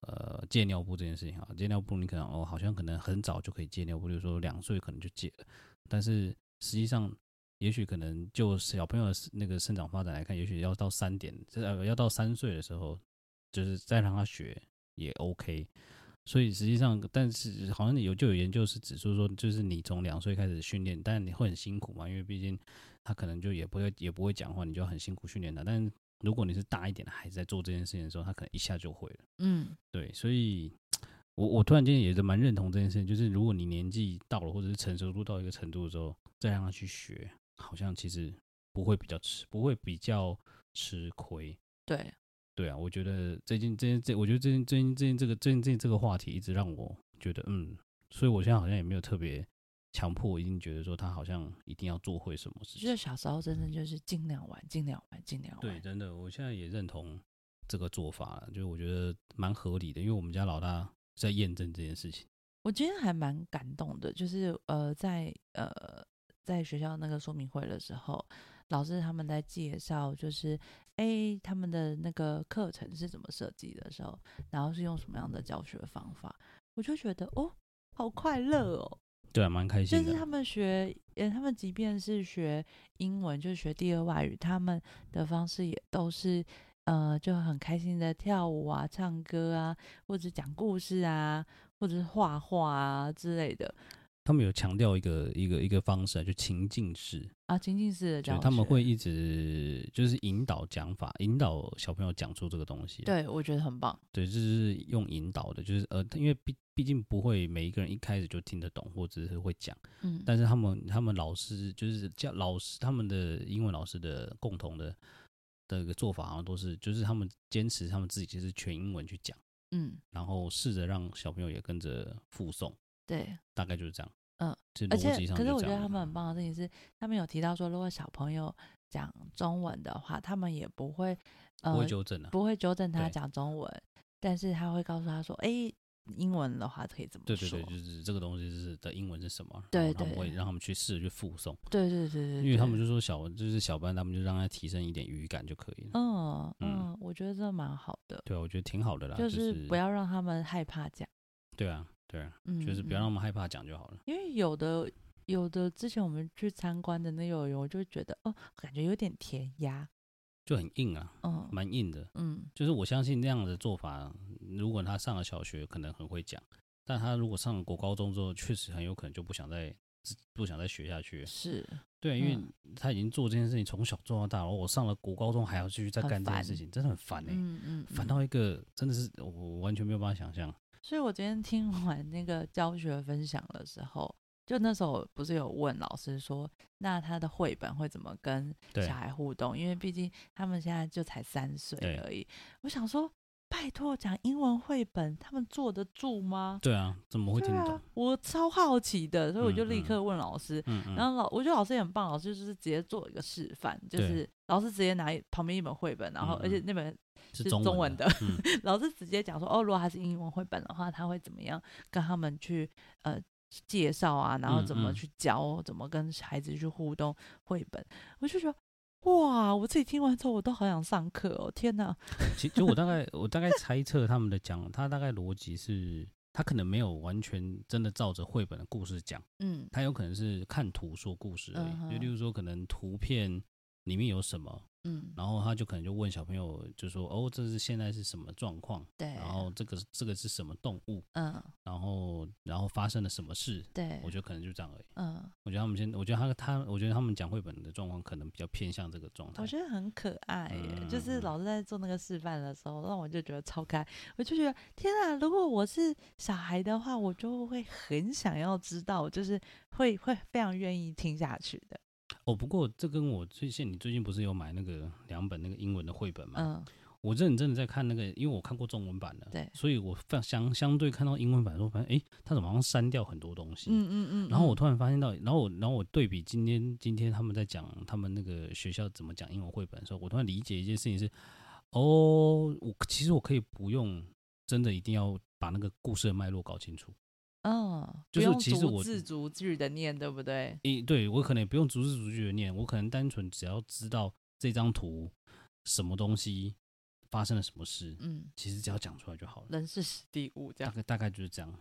[SPEAKER 1] 呃，戒尿布这件事情啊，戒尿布你可能哦，好像可能很早就可以戒尿布，比如说两岁可能就戒了，但是实际上。也许可能就小朋友的那个生长发展来看，也许要到三点，呃，要到三岁的时候，就是再让他学，也 OK。所以实际上，但是好像有就有研究是指出说，就是你从两岁开始训练，但你会很辛苦嘛，因为毕竟他可能就也不会也不会讲话，你就要很辛苦训练他。但如果你是大一点的孩子在做这件事情的时候，他可能一下就会了。
[SPEAKER 2] 嗯
[SPEAKER 1] 对，所以我我突然间也是蛮认同这件事情，就是如果你年纪到了，或者是成熟度到一个程度的时候，再让他去学，好像其实不会比较吃，不会比较吃亏。
[SPEAKER 2] 对，
[SPEAKER 1] 对啊，我觉得最近最近这，我觉得最近最近最近这个最近最近这个话题一直让我觉得，嗯，所以我现在好像也没有特别强迫，一定觉得说他好像一定要做会什么事
[SPEAKER 2] 就
[SPEAKER 1] 情
[SPEAKER 2] 是。小时候真的就是尽量玩，尽量玩，尽量
[SPEAKER 1] 对，
[SPEAKER 2] 玩。
[SPEAKER 1] 真的，我现在也认同这个做法了，就是我觉得蛮合理的，因为我们家老大在验证这件事情。
[SPEAKER 2] 我今天还蛮感动的，就是呃，在呃在学校那个说明会的时候，老师他们在介绍就是诶他们的那个课程是怎么设计的时候，然后是用什么样的教学方法，我就觉得哦，好快乐哦，
[SPEAKER 1] 对啊，蛮开
[SPEAKER 2] 就
[SPEAKER 1] 心
[SPEAKER 2] 是
[SPEAKER 1] 的
[SPEAKER 2] 他。们学，呃，他们即便是学英文，就是学第二外语，他们的方式也都是，呃，就很开心的跳舞啊、唱歌啊，或者讲故事啊，或者是画画啊之类的
[SPEAKER 1] 他们有强调一个一个一个方式啊，就情境式，
[SPEAKER 2] 啊，情境式的
[SPEAKER 1] 就
[SPEAKER 2] 教
[SPEAKER 1] 是
[SPEAKER 2] 学。
[SPEAKER 1] 他们会，一直就是引导讲法，引导小朋友讲出这个东西。啊
[SPEAKER 2] 对我觉得很棒，
[SPEAKER 1] 对，就是用引导的，就是呃，因为毕毕竟不会每一个人一开始就听得懂，或者是会讲，
[SPEAKER 2] 嗯，
[SPEAKER 1] 但是他们他们老师就是教老师他们的英文老师的共同的的一个做法，好像都是就是他们坚持他们自己就是全英文去讲，
[SPEAKER 2] 嗯，
[SPEAKER 1] 然后试着让小朋友也跟着附送，
[SPEAKER 2] 对，
[SPEAKER 1] 大概就是这样。
[SPEAKER 2] 嗯，
[SPEAKER 1] 就逻
[SPEAKER 2] 而且
[SPEAKER 1] 辑上
[SPEAKER 2] 可是
[SPEAKER 1] 就
[SPEAKER 2] 我
[SPEAKER 1] 这
[SPEAKER 2] 觉得
[SPEAKER 1] 样
[SPEAKER 2] 他们
[SPEAKER 1] 了
[SPEAKER 2] 很棒的事情是，他们有提到说，如果小朋友讲中文的话，他们也不会，呃，
[SPEAKER 1] 不会纠正啊。
[SPEAKER 2] 不会纠正他
[SPEAKER 1] 对
[SPEAKER 2] 讲中文，但是他会告诉他说：“哎、英文的话可以怎么
[SPEAKER 1] 对对
[SPEAKER 2] 说
[SPEAKER 1] 对，？”就是这个东西是的英文是什么，然
[SPEAKER 2] 对
[SPEAKER 1] 后他们
[SPEAKER 2] 对
[SPEAKER 1] 会让他们去试着去附送，
[SPEAKER 2] 对对对对
[SPEAKER 1] 因为他
[SPEAKER 2] 对
[SPEAKER 1] 们就说小就是小班，他们就让他提升一点语感就可以了。
[SPEAKER 2] 嗯
[SPEAKER 1] 嗯
[SPEAKER 2] 嗯，我觉得这蛮好的，
[SPEAKER 1] 对啊，我觉得挺好的啦，
[SPEAKER 2] 就是是不要让他们害怕讲，
[SPEAKER 1] 对啊，对啊，
[SPEAKER 2] 嗯，
[SPEAKER 1] 就是不要
[SPEAKER 2] 嗯
[SPEAKER 1] 让他们害怕讲就好了。
[SPEAKER 2] 因为有的有的之前我们去参观的那幼儿园，我就觉得哦，感觉有点填鸭，
[SPEAKER 1] 就很硬啊，
[SPEAKER 2] 嗯
[SPEAKER 1] 蛮硬的。
[SPEAKER 2] 嗯
[SPEAKER 1] 就是我相信那样的做法，如果他上了小学，可能很会讲，但他如果上了国高中之后，确实很有可能就不想再不想再学下去了。
[SPEAKER 2] 是
[SPEAKER 1] 对啊，因为
[SPEAKER 2] 嗯
[SPEAKER 1] 他已经做这件事情从小做到大，然后我上了国高中还要继续再
[SPEAKER 2] 很
[SPEAKER 1] 干这件
[SPEAKER 2] 烦
[SPEAKER 1] 事情，真的很烦哎、
[SPEAKER 2] 嗯嗯，
[SPEAKER 1] 烦
[SPEAKER 2] 嗯
[SPEAKER 1] 到一个真的是我我完全没有办法想象。
[SPEAKER 2] 所以我今天听完那个教学分享的时候，就那时候不是有问老师说，那他的绘本会怎么跟
[SPEAKER 1] 对
[SPEAKER 2] 小孩互动？因为毕竟他们现在就才三岁
[SPEAKER 1] 对
[SPEAKER 2] 而已。我想说，拜托，讲英文绘本，他们坐得住吗？
[SPEAKER 1] 对啊，怎么会听
[SPEAKER 2] 对
[SPEAKER 1] 得懂
[SPEAKER 2] 啊？，我超好奇的，所以我就
[SPEAKER 1] 嗯
[SPEAKER 2] 立
[SPEAKER 1] 嗯
[SPEAKER 2] 刻问老师。
[SPEAKER 1] 嗯嗯，
[SPEAKER 2] 然后老，我觉得老师也很棒，老师就是直接做一个示范，就
[SPEAKER 1] 对
[SPEAKER 2] 是老师直接拿一旁边一本绘本，然后
[SPEAKER 1] 嗯
[SPEAKER 2] 而且
[SPEAKER 1] 嗯
[SPEAKER 2] 那本
[SPEAKER 1] 是
[SPEAKER 2] 是
[SPEAKER 1] 中
[SPEAKER 2] 中
[SPEAKER 1] 文
[SPEAKER 2] 文
[SPEAKER 1] 的
[SPEAKER 2] 的，
[SPEAKER 1] 嗯
[SPEAKER 2] 老师直接讲说，哦，如果他是英文绘本的话，他会怎么样跟他们去呃介绍啊，然后
[SPEAKER 1] 嗯
[SPEAKER 2] 怎么
[SPEAKER 1] 嗯
[SPEAKER 2] 去教，怎么跟孩子去互动绘本，我就觉得哇，我自己听完之后，我都好想上课哦，天哪，
[SPEAKER 1] 其实我大概我大概猜测他们的讲，他大概逻辑是，他可能没有完全真的照着绘本的故事讲，
[SPEAKER 2] 嗯
[SPEAKER 1] 他有可能是看图说故事而已。就
[SPEAKER 2] 嗯
[SPEAKER 1] 例如说，可能图片里面有什么，
[SPEAKER 2] 嗯，
[SPEAKER 1] 然后他就可能就问小朋友，就说哦，这是现在是什么状况，
[SPEAKER 2] 对，
[SPEAKER 1] 然后这个这个是什么动物，
[SPEAKER 2] 嗯
[SPEAKER 1] 然后然后发生了什么事，
[SPEAKER 2] 对，
[SPEAKER 1] 我觉得可能就这样而已。
[SPEAKER 2] 嗯，
[SPEAKER 1] 我觉得他们现，我觉得他他，我觉得他们讲绘本的状况可能比较偏向这个状态
[SPEAKER 2] 我。觉得很可爱耶，就是
[SPEAKER 1] 嗯
[SPEAKER 2] 老师在做那个示范的时候，让我就觉得超可爱，我就觉得天啊！如果我是小孩的话，我就会很想要知道，就是会会非常愿意听下去的。
[SPEAKER 1] 哦，不过这跟我最近你最近不是有买那个两本那个英文的绘本吗？
[SPEAKER 2] 嗯，
[SPEAKER 1] 我认真的在看那个，因为我看过中文版的，
[SPEAKER 2] 对
[SPEAKER 1] 所以我反相相对看到英文版的时候，发现诶，他怎么好像删掉很多东西？
[SPEAKER 2] 嗯嗯嗯。
[SPEAKER 1] 然后我
[SPEAKER 2] 嗯
[SPEAKER 1] 突然发现到，然后我然后我对比今天今天他们在讲他们那个学校怎么讲英文绘本的时候，我突然理解一件事情是，哦，我其实我可以不用真的一定要把那个故事的脉络搞清楚，
[SPEAKER 2] 嗯，
[SPEAKER 1] 就
[SPEAKER 2] 不
[SPEAKER 1] 是
[SPEAKER 2] 用
[SPEAKER 1] 其实
[SPEAKER 2] 逐
[SPEAKER 1] 我
[SPEAKER 2] 字逐句的念，对不对？
[SPEAKER 1] 诶，对我可能也不用逐字逐句的念，我可能单纯只要知道这张图什么东西发生了什么事，
[SPEAKER 2] 嗯，
[SPEAKER 1] 其实只要讲出来就好了。
[SPEAKER 2] 人事实地物这
[SPEAKER 1] 大
[SPEAKER 2] 样。
[SPEAKER 1] 概大概就是这样。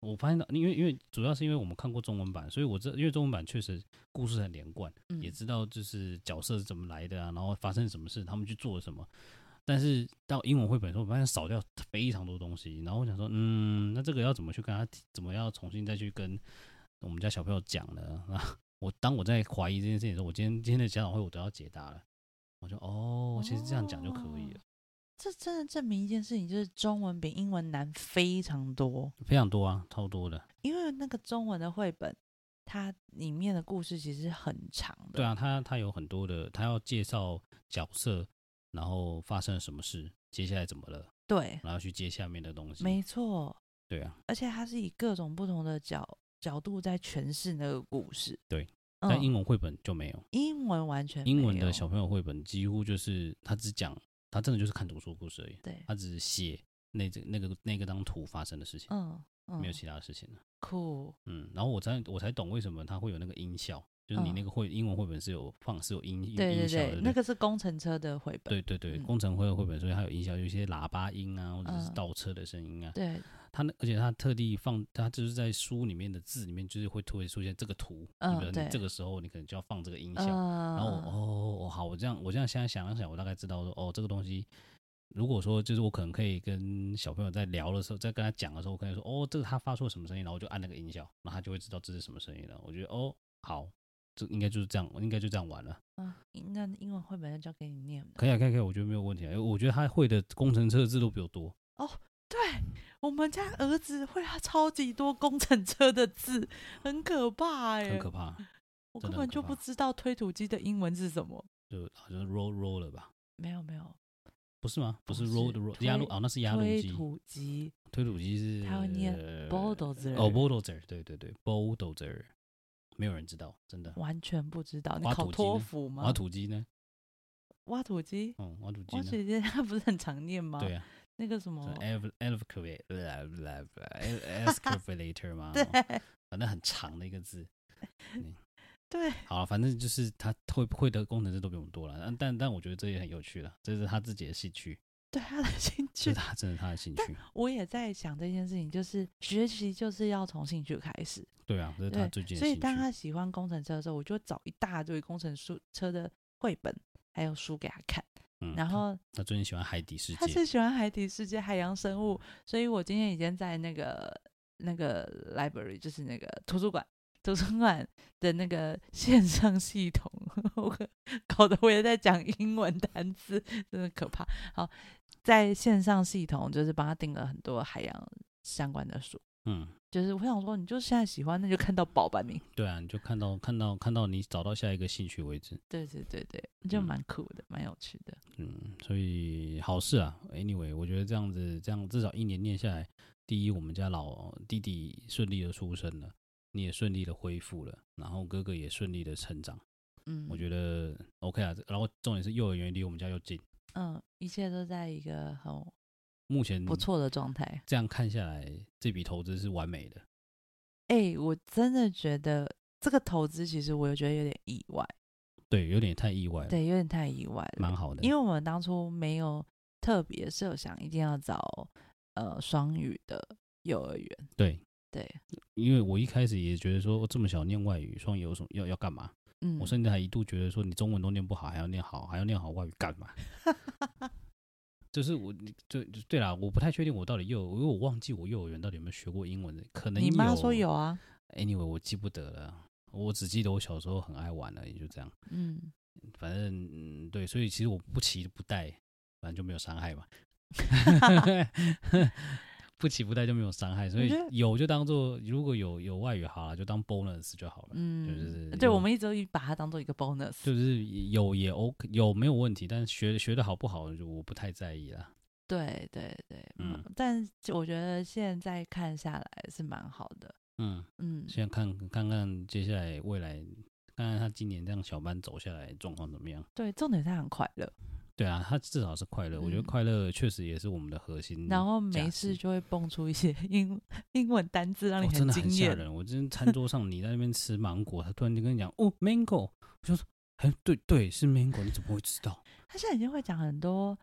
[SPEAKER 1] 我发现到，因为因为主要是因为我们看过中文版，所以我这因为中文版确实故事很连贯，
[SPEAKER 2] 嗯
[SPEAKER 1] 也知道就是角色是怎么来的啊，然后发生什么事，他们去做了什么。但是到英文绘本的时候，我发现少掉非常多东西，然后我想说，嗯，那这个要怎么去跟他提，怎么要重新再去跟我们家小朋友讲呢？啊， 我当我在怀疑这件事情的时候，我今天今天的家长会我都要解答了。我就哦，其实这样讲就可以了，
[SPEAKER 2] 这真的证明一件事情，就是中文比英文难非常多。
[SPEAKER 1] 非常多啊，超多的。
[SPEAKER 2] 因为那个中文的绘本，它里面的故事其实很长的。
[SPEAKER 1] 对啊，他他有很多的，他要介绍角色，然后发生了什么事，接下来怎么了，
[SPEAKER 2] 对，
[SPEAKER 1] 然后去接下面的东西。
[SPEAKER 2] 没错，
[SPEAKER 1] 对啊，
[SPEAKER 2] 而且它是以各种不同的角角度在诠释那个故事。
[SPEAKER 1] 对，
[SPEAKER 2] 嗯、
[SPEAKER 1] 但英文绘本就没有。
[SPEAKER 2] 英文完全
[SPEAKER 1] 英文
[SPEAKER 2] 没
[SPEAKER 1] 的
[SPEAKER 2] 有
[SPEAKER 1] 小朋友绘本几乎就是他只讲，他真的就是看图说故事而已，
[SPEAKER 2] 对，
[SPEAKER 1] 他只写那这那个那个当图发生的事情，
[SPEAKER 2] 嗯嗯，
[SPEAKER 1] 没有其他的事情了。
[SPEAKER 2] 酷，
[SPEAKER 1] 嗯，然后我才我才懂为什么他会有那个音效，就是你
[SPEAKER 2] 嗯
[SPEAKER 1] 那个绘、英文绘本是有放是有音音
[SPEAKER 2] 对
[SPEAKER 1] 音
[SPEAKER 2] 对
[SPEAKER 1] 效的，
[SPEAKER 2] 对，那个是工程车的绘本。
[SPEAKER 1] 对对对，
[SPEAKER 2] 嗯
[SPEAKER 1] 工程会的绘本，所以它有音效，有一些喇叭音啊，或者是
[SPEAKER 2] 嗯
[SPEAKER 1] 倒车的声音啊。
[SPEAKER 2] 对
[SPEAKER 1] 它那而且它特地放，它就是在书里面的字里面，就是会突然出现这个图，
[SPEAKER 2] 嗯
[SPEAKER 1] 你比如说你
[SPEAKER 2] 对
[SPEAKER 1] 这个时候你可能就要放这个音效，
[SPEAKER 2] 嗯，
[SPEAKER 1] 然后我哦，我好，我这样我这样现在想一想，我大概知道说哦，这个东西，如果说就是我可能可以跟小朋友在聊的时候，在跟他讲的时候，我可以说哦，这个他发出了什么声音，然后我就按那个音效，然后他就会知道这是什么声音了。我觉得哦，好，这应该就是这样，应该就这样玩了。
[SPEAKER 2] 嗯，那英文绘本就交给你念了。
[SPEAKER 1] 可以啊，可以，可以，我觉得没有问题啊，因为我觉得他会的工程车制度比我多。
[SPEAKER 2] 对我们家儿子会他超级多工程车的字，很可怕哎、
[SPEAKER 1] 很可怕，啊
[SPEAKER 2] 我
[SPEAKER 1] 真
[SPEAKER 2] 根
[SPEAKER 1] 的
[SPEAKER 2] 本
[SPEAKER 1] 很可
[SPEAKER 2] 就不
[SPEAKER 1] 怕
[SPEAKER 2] 知道推土机的英文是什么。
[SPEAKER 1] 就好像 roll roll 了吧？
[SPEAKER 2] 没有没有，
[SPEAKER 1] 不是吗？不
[SPEAKER 2] 不
[SPEAKER 1] 是
[SPEAKER 2] 是
[SPEAKER 1] roll 的 roll 压路
[SPEAKER 2] 推
[SPEAKER 1] 哦，那是压路
[SPEAKER 2] 推
[SPEAKER 1] 机，
[SPEAKER 2] 土机
[SPEAKER 1] 推土机是
[SPEAKER 2] 它会念 bulldozer
[SPEAKER 1] 哦 bulldozer，对对对 bulldozer，没有人知道，真的。
[SPEAKER 2] 完全不知道。你
[SPEAKER 1] 挖
[SPEAKER 2] 考
[SPEAKER 1] 土机
[SPEAKER 2] 托
[SPEAKER 1] 呢
[SPEAKER 2] 福吗？
[SPEAKER 1] 挖土机呢？
[SPEAKER 2] 挖土机，
[SPEAKER 1] 嗯，挖土机
[SPEAKER 2] 挖
[SPEAKER 1] 呢
[SPEAKER 2] 土？机它不是很常念吗？哦
[SPEAKER 1] 对啊，
[SPEAKER 2] 那个什
[SPEAKER 1] 什
[SPEAKER 2] 么
[SPEAKER 1] 么，elev- elevator- 呃呃呃 excavator 嘛，
[SPEAKER 2] 对
[SPEAKER 1] 哦反正很长的一个 字。嗯
[SPEAKER 2] 对，
[SPEAKER 1] 好了，反正就是他会会的工程师都比我们多了，但但但我觉得这也很有趣了，这是他自己的兴趣，
[SPEAKER 2] 对他的兴
[SPEAKER 1] 这
[SPEAKER 2] 趣
[SPEAKER 1] 是。他真的他的兴趣。
[SPEAKER 2] 我也在想这件事情，就是学习就是要从兴趣开始。
[SPEAKER 1] 对啊，这是他
[SPEAKER 2] 对，
[SPEAKER 1] 最近的
[SPEAKER 2] 所以
[SPEAKER 1] 兴
[SPEAKER 2] 当
[SPEAKER 1] 趣。
[SPEAKER 2] 他喜欢工程车的时候，我就找一大堆工程书车的绘本还有书给他看。
[SPEAKER 1] 嗯
[SPEAKER 2] 然后
[SPEAKER 1] 他最近喜欢海底世
[SPEAKER 2] 他
[SPEAKER 1] 界，
[SPEAKER 2] 是喜欢海底世界、海洋生物，所以我今天已经在那个那个 library，就是那个图书馆。图书馆的那个线上系统，我搞得我也在讲英文单词，真的可怕。好，在线上系统就是帮他订了很多海洋相关的书，
[SPEAKER 1] 嗯，
[SPEAKER 2] 就是我想说，你就现在喜欢，那就看到宝吧你。
[SPEAKER 1] 对啊，你就看到看到看到你找到下一个兴趣为止，
[SPEAKER 2] 对对对对，就
[SPEAKER 1] 嗯
[SPEAKER 2] 蛮酷的，蛮有趣的。
[SPEAKER 1] 嗯，所以好事啊。Anyway，我觉得这样子，这样至少一年念下来，第一，我们家老弟弟顺利的出生了，你也顺利的恢复了，然后哥哥也顺利的成长，
[SPEAKER 2] 嗯，
[SPEAKER 1] 我觉得 OK 啊。然后重点是幼儿园离我们家又近，
[SPEAKER 2] 嗯，一切都在一个很
[SPEAKER 1] 嗯目前
[SPEAKER 2] 不。错的状态。
[SPEAKER 1] 这样看下来，这笔投资是完美的。
[SPEAKER 2] 哎、我真的觉得这个投资其实我也觉得有点意外，
[SPEAKER 1] 对，有点太意外了，
[SPEAKER 2] 对，有点太意外了，
[SPEAKER 1] 蛮好的。
[SPEAKER 2] 因为我们当初没有特别设想一定要找呃双语的幼儿园，
[SPEAKER 1] 对，
[SPEAKER 2] 对，
[SPEAKER 1] 因为我一开始也觉得说，哦我这么小念外语，双语有什么要要干嘛？
[SPEAKER 2] 嗯，
[SPEAKER 1] 我甚至还一度觉得说，你中文都念不好，还要念好，还要念好外语干嘛？ 就是我，你就就对啦，我不太确定我到底幼，因为我忘记我幼儿园到底有没有学过英文的，可能
[SPEAKER 2] 你妈说
[SPEAKER 1] 有
[SPEAKER 2] 有啊，
[SPEAKER 1] ，anyway 我记不得了，我只记得我小时候很爱玩了，也就这样。
[SPEAKER 2] 嗯，
[SPEAKER 1] 反正、嗯、对，所以其实我不骑不带，反正就没有伤 害嘛。 不骑不带就没有伤害，所以
[SPEAKER 2] 我觉得
[SPEAKER 1] 有就当做如果有有外语好了，就当 bonus 就好了。
[SPEAKER 2] 嗯，
[SPEAKER 1] 是
[SPEAKER 2] 对，
[SPEAKER 1] 有
[SPEAKER 2] 我们一直都把它当做一个 bonus，
[SPEAKER 1] 就是有也 OK，有没有问题，但是学学的好不好，就我不太在意啦。
[SPEAKER 2] 对对对，嗯
[SPEAKER 1] 嗯，
[SPEAKER 2] 但是我觉得现在看下来是蛮好的，
[SPEAKER 1] 嗯，
[SPEAKER 2] 嗯，
[SPEAKER 1] 现在看看看接下来未来，看看他今年这样小班走下来状况怎么样。
[SPEAKER 2] 对，重点是他很快乐，
[SPEAKER 1] 对啊，他至少是快乐，我觉得
[SPEAKER 2] 嗯
[SPEAKER 1] 快乐确实也是我们的核心。
[SPEAKER 2] 然后
[SPEAKER 1] 价
[SPEAKER 2] 没
[SPEAKER 1] 值
[SPEAKER 2] 事就会蹦出一些 英英文单字，让你
[SPEAKER 1] 哦、真的
[SPEAKER 2] 惊
[SPEAKER 1] 很吓
[SPEAKER 2] 艳。
[SPEAKER 1] 人。我今天餐桌上你在那边吃芒果，他突然就跟你讲哦，mango，我就说哎，对对，是 mango，你怎么会知道？
[SPEAKER 2] 他现在已经会讲很多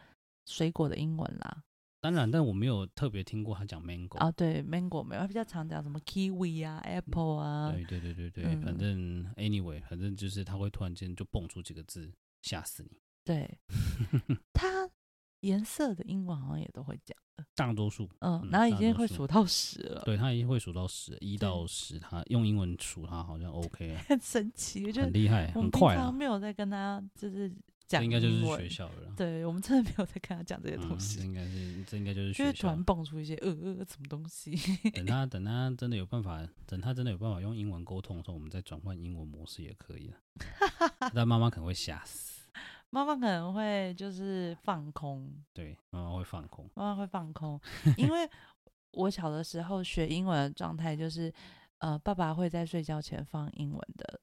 [SPEAKER 2] 水果的英文啦。
[SPEAKER 1] 当然，但我没有特别听过他讲 mango。
[SPEAKER 2] 啊，对，mango 没有，他比较常讲什么 kiwi 啊、apple 啊。
[SPEAKER 1] 嗯哎对对对对对，反
[SPEAKER 2] 嗯
[SPEAKER 1] 正 anyway，反正就是他会突然间就蹦出几个字，吓死你。
[SPEAKER 2] 对，他颜色的英文好像也都会讲，
[SPEAKER 1] 大多数
[SPEAKER 2] 嗯，
[SPEAKER 1] 嗯
[SPEAKER 2] 然后已
[SPEAKER 1] 大
[SPEAKER 2] 经
[SPEAKER 1] 多
[SPEAKER 2] 会
[SPEAKER 1] 数
[SPEAKER 2] 数到十了，
[SPEAKER 1] 对他一定会数到十，一
[SPEAKER 2] 呃对
[SPEAKER 1] 到十，他用英文数他好像 OK，啊
[SPEAKER 2] 很神奇， 就
[SPEAKER 1] 很
[SPEAKER 2] 是
[SPEAKER 1] 厉害，
[SPEAKER 2] 我
[SPEAKER 1] 很
[SPEAKER 2] 们平
[SPEAKER 1] 快
[SPEAKER 2] 常
[SPEAKER 1] 啊。
[SPEAKER 2] 没有在跟他就是
[SPEAKER 1] 这
[SPEAKER 2] 讲，
[SPEAKER 1] 应该就是学，校了啦。
[SPEAKER 2] 对我们真的没有在跟他讲这些
[SPEAKER 1] 嗯，
[SPEAKER 2] 东
[SPEAKER 1] 这
[SPEAKER 2] 西，
[SPEAKER 1] 应该是这应该就是
[SPEAKER 2] 就
[SPEAKER 1] 学
[SPEAKER 2] 是突
[SPEAKER 1] 校
[SPEAKER 2] 然。蹦出一些呃呃什么东西，
[SPEAKER 1] 等他等他真的有办法，等他真的有办法用英文沟通的时候，我们再转换英文模式也可以了。但妈妈可能会吓死，
[SPEAKER 2] 妈妈可能会就是放空，
[SPEAKER 1] 对，妈妈会放空。
[SPEAKER 2] 妈妈会放空，因为我小的时候学英文的状态就是，呃，爸爸会在睡觉前放英文的，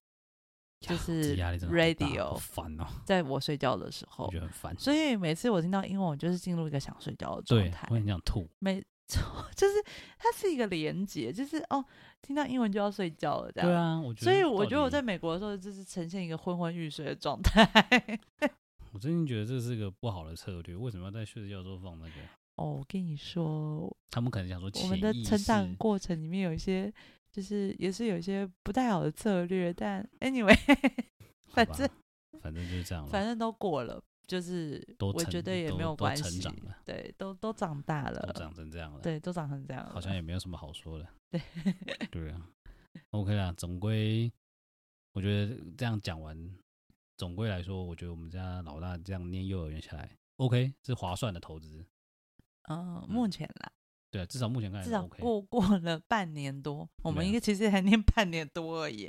[SPEAKER 1] 这
[SPEAKER 2] 就是
[SPEAKER 1] 啊压力真的好大
[SPEAKER 2] radio
[SPEAKER 1] 好烦哦，
[SPEAKER 2] 在我睡觉的时
[SPEAKER 1] 我
[SPEAKER 2] 候
[SPEAKER 1] 觉，得很烦。
[SPEAKER 2] 所以每次我听到英文，我就是进入一个想睡觉的状
[SPEAKER 1] 对，
[SPEAKER 2] 态
[SPEAKER 1] 我。很想吐。
[SPEAKER 2] 没错， 就是它是一个连接，就是哦，听到英文就要睡觉了这样。
[SPEAKER 1] 对啊，我觉得
[SPEAKER 2] 所以我
[SPEAKER 1] 到
[SPEAKER 2] 觉得
[SPEAKER 1] 底
[SPEAKER 2] 我在美国的时候，就是呈现一个昏昏欲睡的状态。
[SPEAKER 1] 我真心觉得这是个不好的策略。为什么要在睡觉的时候放那个？
[SPEAKER 2] 哦，我跟你说，
[SPEAKER 1] 他们可能想说，
[SPEAKER 2] 我们的成长过程里面有一些，就是也是有一些不太好的策略， 但 anyway，
[SPEAKER 1] 好
[SPEAKER 2] 反
[SPEAKER 1] 吧
[SPEAKER 2] 正
[SPEAKER 1] 反正就是这样了，
[SPEAKER 2] 反正都过了，就是
[SPEAKER 1] 哦都
[SPEAKER 2] 我
[SPEAKER 1] 成
[SPEAKER 2] 觉得也
[SPEAKER 1] 都
[SPEAKER 2] 没有
[SPEAKER 1] 都
[SPEAKER 2] 关
[SPEAKER 1] 成
[SPEAKER 2] 系
[SPEAKER 1] 长，了，
[SPEAKER 2] 对，都都长大
[SPEAKER 1] 都
[SPEAKER 2] 了，
[SPEAKER 1] 长成这样了，
[SPEAKER 2] 对，都啊长成这样了，
[SPEAKER 1] 好像也没有什么好说 的。
[SPEAKER 2] 对
[SPEAKER 1] 对啊，OK 啦，总归我觉得这样讲完，总归来说，我觉得我们家老大这样念幼儿园下来，OK 是划算的投资。
[SPEAKER 2] 嗯，目前啦，
[SPEAKER 1] 对、啊，至少目前看来
[SPEAKER 2] 至
[SPEAKER 1] 是
[SPEAKER 2] 少
[SPEAKER 1] OK。
[SPEAKER 2] 过过了半年多，我们
[SPEAKER 1] 对啊
[SPEAKER 2] 一个其实还念半年多而已，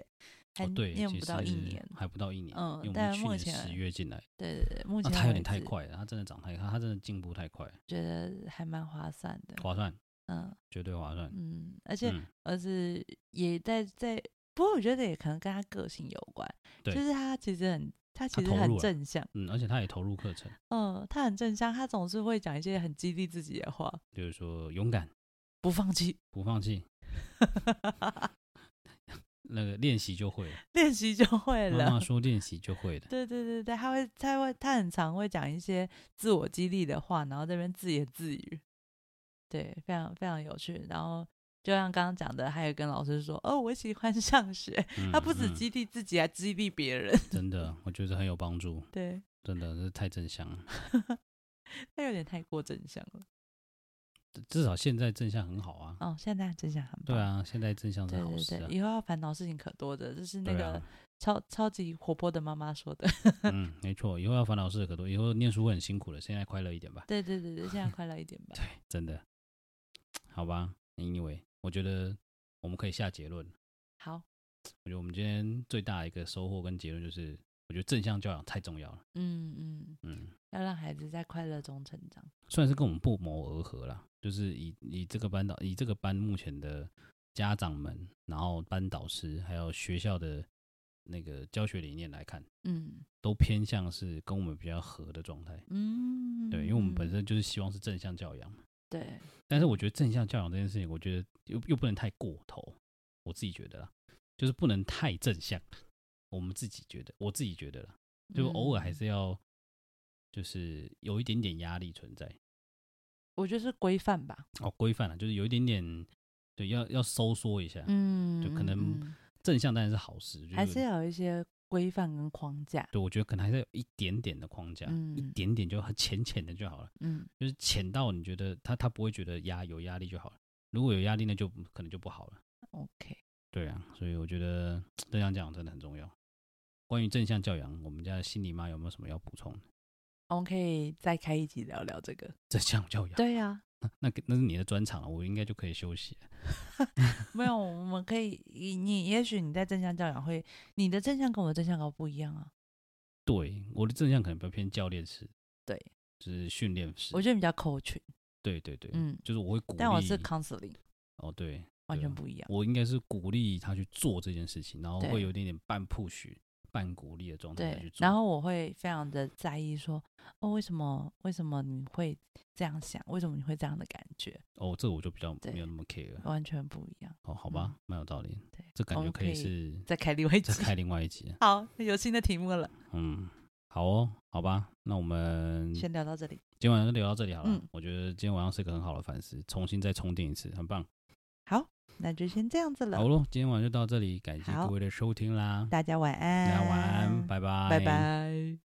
[SPEAKER 2] 还
[SPEAKER 1] 哦，对，
[SPEAKER 2] 念
[SPEAKER 1] 其
[SPEAKER 2] 不到一
[SPEAKER 1] 实
[SPEAKER 2] 年。
[SPEAKER 1] 还不到一年。
[SPEAKER 2] 嗯
[SPEAKER 1] 因为我
[SPEAKER 2] 但
[SPEAKER 1] 们去
[SPEAKER 2] 目
[SPEAKER 1] 年
[SPEAKER 2] 前
[SPEAKER 1] 十月进来，
[SPEAKER 2] 对对对，目
[SPEAKER 1] 那
[SPEAKER 2] 前
[SPEAKER 1] 啊他有
[SPEAKER 2] 为
[SPEAKER 1] 点太
[SPEAKER 2] 止，
[SPEAKER 1] 快了，他真的长太快，他真的进步太快了，
[SPEAKER 2] 觉得还蛮划算的。
[SPEAKER 1] 划算，
[SPEAKER 2] 嗯
[SPEAKER 1] 绝对划算。
[SPEAKER 2] 嗯，而且
[SPEAKER 1] 嗯，
[SPEAKER 2] 儿子也在在，不过我觉得也可能跟他个性有关，就
[SPEAKER 1] 对
[SPEAKER 2] 是他其实很
[SPEAKER 1] 他
[SPEAKER 2] 他其实
[SPEAKER 1] 投入
[SPEAKER 2] 很
[SPEAKER 1] 了
[SPEAKER 2] 正向，
[SPEAKER 1] 嗯，而且他也投入课程，
[SPEAKER 2] 嗯，他很正向，他总是会讲一些很激励自己的话，
[SPEAKER 1] 比如说勇敢、
[SPEAKER 2] 不放弃，
[SPEAKER 1] 不放弃，那个练习就会了。
[SPEAKER 2] 练习就会
[SPEAKER 1] 妈妈
[SPEAKER 2] 了。
[SPEAKER 1] 说练习就会的，
[SPEAKER 2] 对对对对，他会他会他很常会讲一些自我激励的话，然后这边自言自语，对，非常非常有趣。然后就像刚刚讲的，还有跟老师说，哦，我喜欢上学，
[SPEAKER 1] 嗯
[SPEAKER 2] 他不止
[SPEAKER 1] 嗯
[SPEAKER 2] 激励自己，还激励别 人。
[SPEAKER 1] 真的，我觉得很有帮助，
[SPEAKER 2] 对，
[SPEAKER 1] 真的是太正向了。
[SPEAKER 2] 那有点太过正向了。
[SPEAKER 1] 至少现在正向很好啊，
[SPEAKER 2] 哦，现在正向很棒。
[SPEAKER 1] 对啊，现在正向是
[SPEAKER 2] 对
[SPEAKER 1] 好
[SPEAKER 2] 对
[SPEAKER 1] 事
[SPEAKER 2] 对，
[SPEAKER 1] 啊，
[SPEAKER 2] 以后要烦恼事情可多的，这是那
[SPEAKER 1] 对
[SPEAKER 2] 个
[SPEAKER 1] 啊，
[SPEAKER 2] 超、超级活泼的妈妈说的。
[SPEAKER 1] 嗯，没错，以后要烦恼事可多，以后念书会很辛苦的，现在快乐一点吧，
[SPEAKER 2] 对对对 对，现在快乐一点吧。
[SPEAKER 1] 真的，好吧，Anyway，我觉得我们可以下结论，
[SPEAKER 2] 好，
[SPEAKER 1] 我觉得我们今天最大的一个收获跟结论就是，我觉得正向教养太重要了，
[SPEAKER 2] 嗯嗯，
[SPEAKER 1] 嗯，
[SPEAKER 2] 要让孩子在快乐中成长。
[SPEAKER 1] 虽然是跟我们不谋而合啦，就是以以这个班导以这个班目前的家长们，然后班导师还有学校的那个教学理念来看，
[SPEAKER 2] 嗯
[SPEAKER 1] 都偏向是跟我们比较合的状态。
[SPEAKER 2] 嗯，
[SPEAKER 1] 对，因为我们本
[SPEAKER 2] 嗯
[SPEAKER 1] 身就是希望是正向教养嘛，
[SPEAKER 2] 对
[SPEAKER 1] 但是我觉得正向教养这件事情，我觉得又又不能太过头，我自己觉得啦，就是不能太正向，我们自己觉得，我自己觉得啦，就偶尔还
[SPEAKER 2] 嗯
[SPEAKER 1] 是要就是有一点点压力存在。
[SPEAKER 2] 我觉得是规范吧。
[SPEAKER 1] 哦，规范了，就是有一点点，对，要要收缩一下。
[SPEAKER 2] 嗯，
[SPEAKER 1] 就可
[SPEAKER 2] 嗯
[SPEAKER 1] 能
[SPEAKER 2] 嗯
[SPEAKER 1] 正向当然是好事，就
[SPEAKER 2] 还是要有一些规范跟框架。
[SPEAKER 1] 对，我觉得可能还是有一点点的框架，一
[SPEAKER 2] 嗯
[SPEAKER 1] 点点就很 浅浅的就好了，
[SPEAKER 2] 嗯
[SPEAKER 1] 就是浅到你觉得他他不会觉得压有压力就好了，如果有压力那就可能就不好了。
[SPEAKER 2] ，OK，
[SPEAKER 1] 对啊，所以我觉得正向教养真的很重要。关于正向教养，我们家的心理妈有没有什么要补充的？
[SPEAKER 2] 我们可以再开一集聊聊这个。
[SPEAKER 1] 正向教养，
[SPEAKER 2] 对啊呀、
[SPEAKER 1] 那那那是你的专场了，我应该就可以休息了。
[SPEAKER 2] 没有，我们可以，你也许你在正向教养会，你的正向跟我的正向搞不一样啊。
[SPEAKER 1] 对，我的正向可能比较偏教练式，
[SPEAKER 2] 对，
[SPEAKER 1] 就是训练式
[SPEAKER 2] 我。觉得比较口群，
[SPEAKER 1] 对对对，
[SPEAKER 2] 嗯，
[SPEAKER 1] 就是我会鼓励，
[SPEAKER 2] 但我是 counseling，
[SPEAKER 1] 哦，对，
[SPEAKER 2] 完
[SPEAKER 1] 对
[SPEAKER 2] 全
[SPEAKER 1] 啊
[SPEAKER 2] 不一样。
[SPEAKER 1] 我应该是鼓励他去做这件事情，然后
[SPEAKER 2] 对
[SPEAKER 1] 会有一点点半 push、半鼓励的状态下去
[SPEAKER 2] 对，
[SPEAKER 1] 做。
[SPEAKER 2] 然后我会非常的在意说，哦，为什么为什么你会这样想？为什么你会这样的感觉？
[SPEAKER 1] 哦，这我就比较
[SPEAKER 2] 对
[SPEAKER 1] 没有那么 care 了。
[SPEAKER 2] 完全不一样。
[SPEAKER 1] 哦，好
[SPEAKER 2] 嗯
[SPEAKER 1] 吧，蛮有道理。
[SPEAKER 2] 对，
[SPEAKER 1] 这感
[SPEAKER 2] 我
[SPEAKER 1] 觉
[SPEAKER 2] 们
[SPEAKER 1] 可
[SPEAKER 2] 可
[SPEAKER 1] 以
[SPEAKER 2] 以
[SPEAKER 1] 是
[SPEAKER 2] 再开另外一集
[SPEAKER 1] 再。开另外一集。
[SPEAKER 2] 好，有新的题目了，
[SPEAKER 1] 嗯，好哦，好吧，那我们今
[SPEAKER 2] 先聊到这里。
[SPEAKER 1] 天晚上就聊到这里好了。
[SPEAKER 2] 嗯
[SPEAKER 1] 我觉得今天晚上是个很好的反思，重新再充电一次，很棒。
[SPEAKER 2] 好，那就先这样子了
[SPEAKER 1] 好。喽，今天晚上就到这里，感谢各
[SPEAKER 2] 好
[SPEAKER 1] 位的收听啦，
[SPEAKER 2] 大家晚
[SPEAKER 1] 大
[SPEAKER 2] 安，
[SPEAKER 1] 家晚安，
[SPEAKER 2] 拜
[SPEAKER 1] 拜拜，
[SPEAKER 2] 拜拜。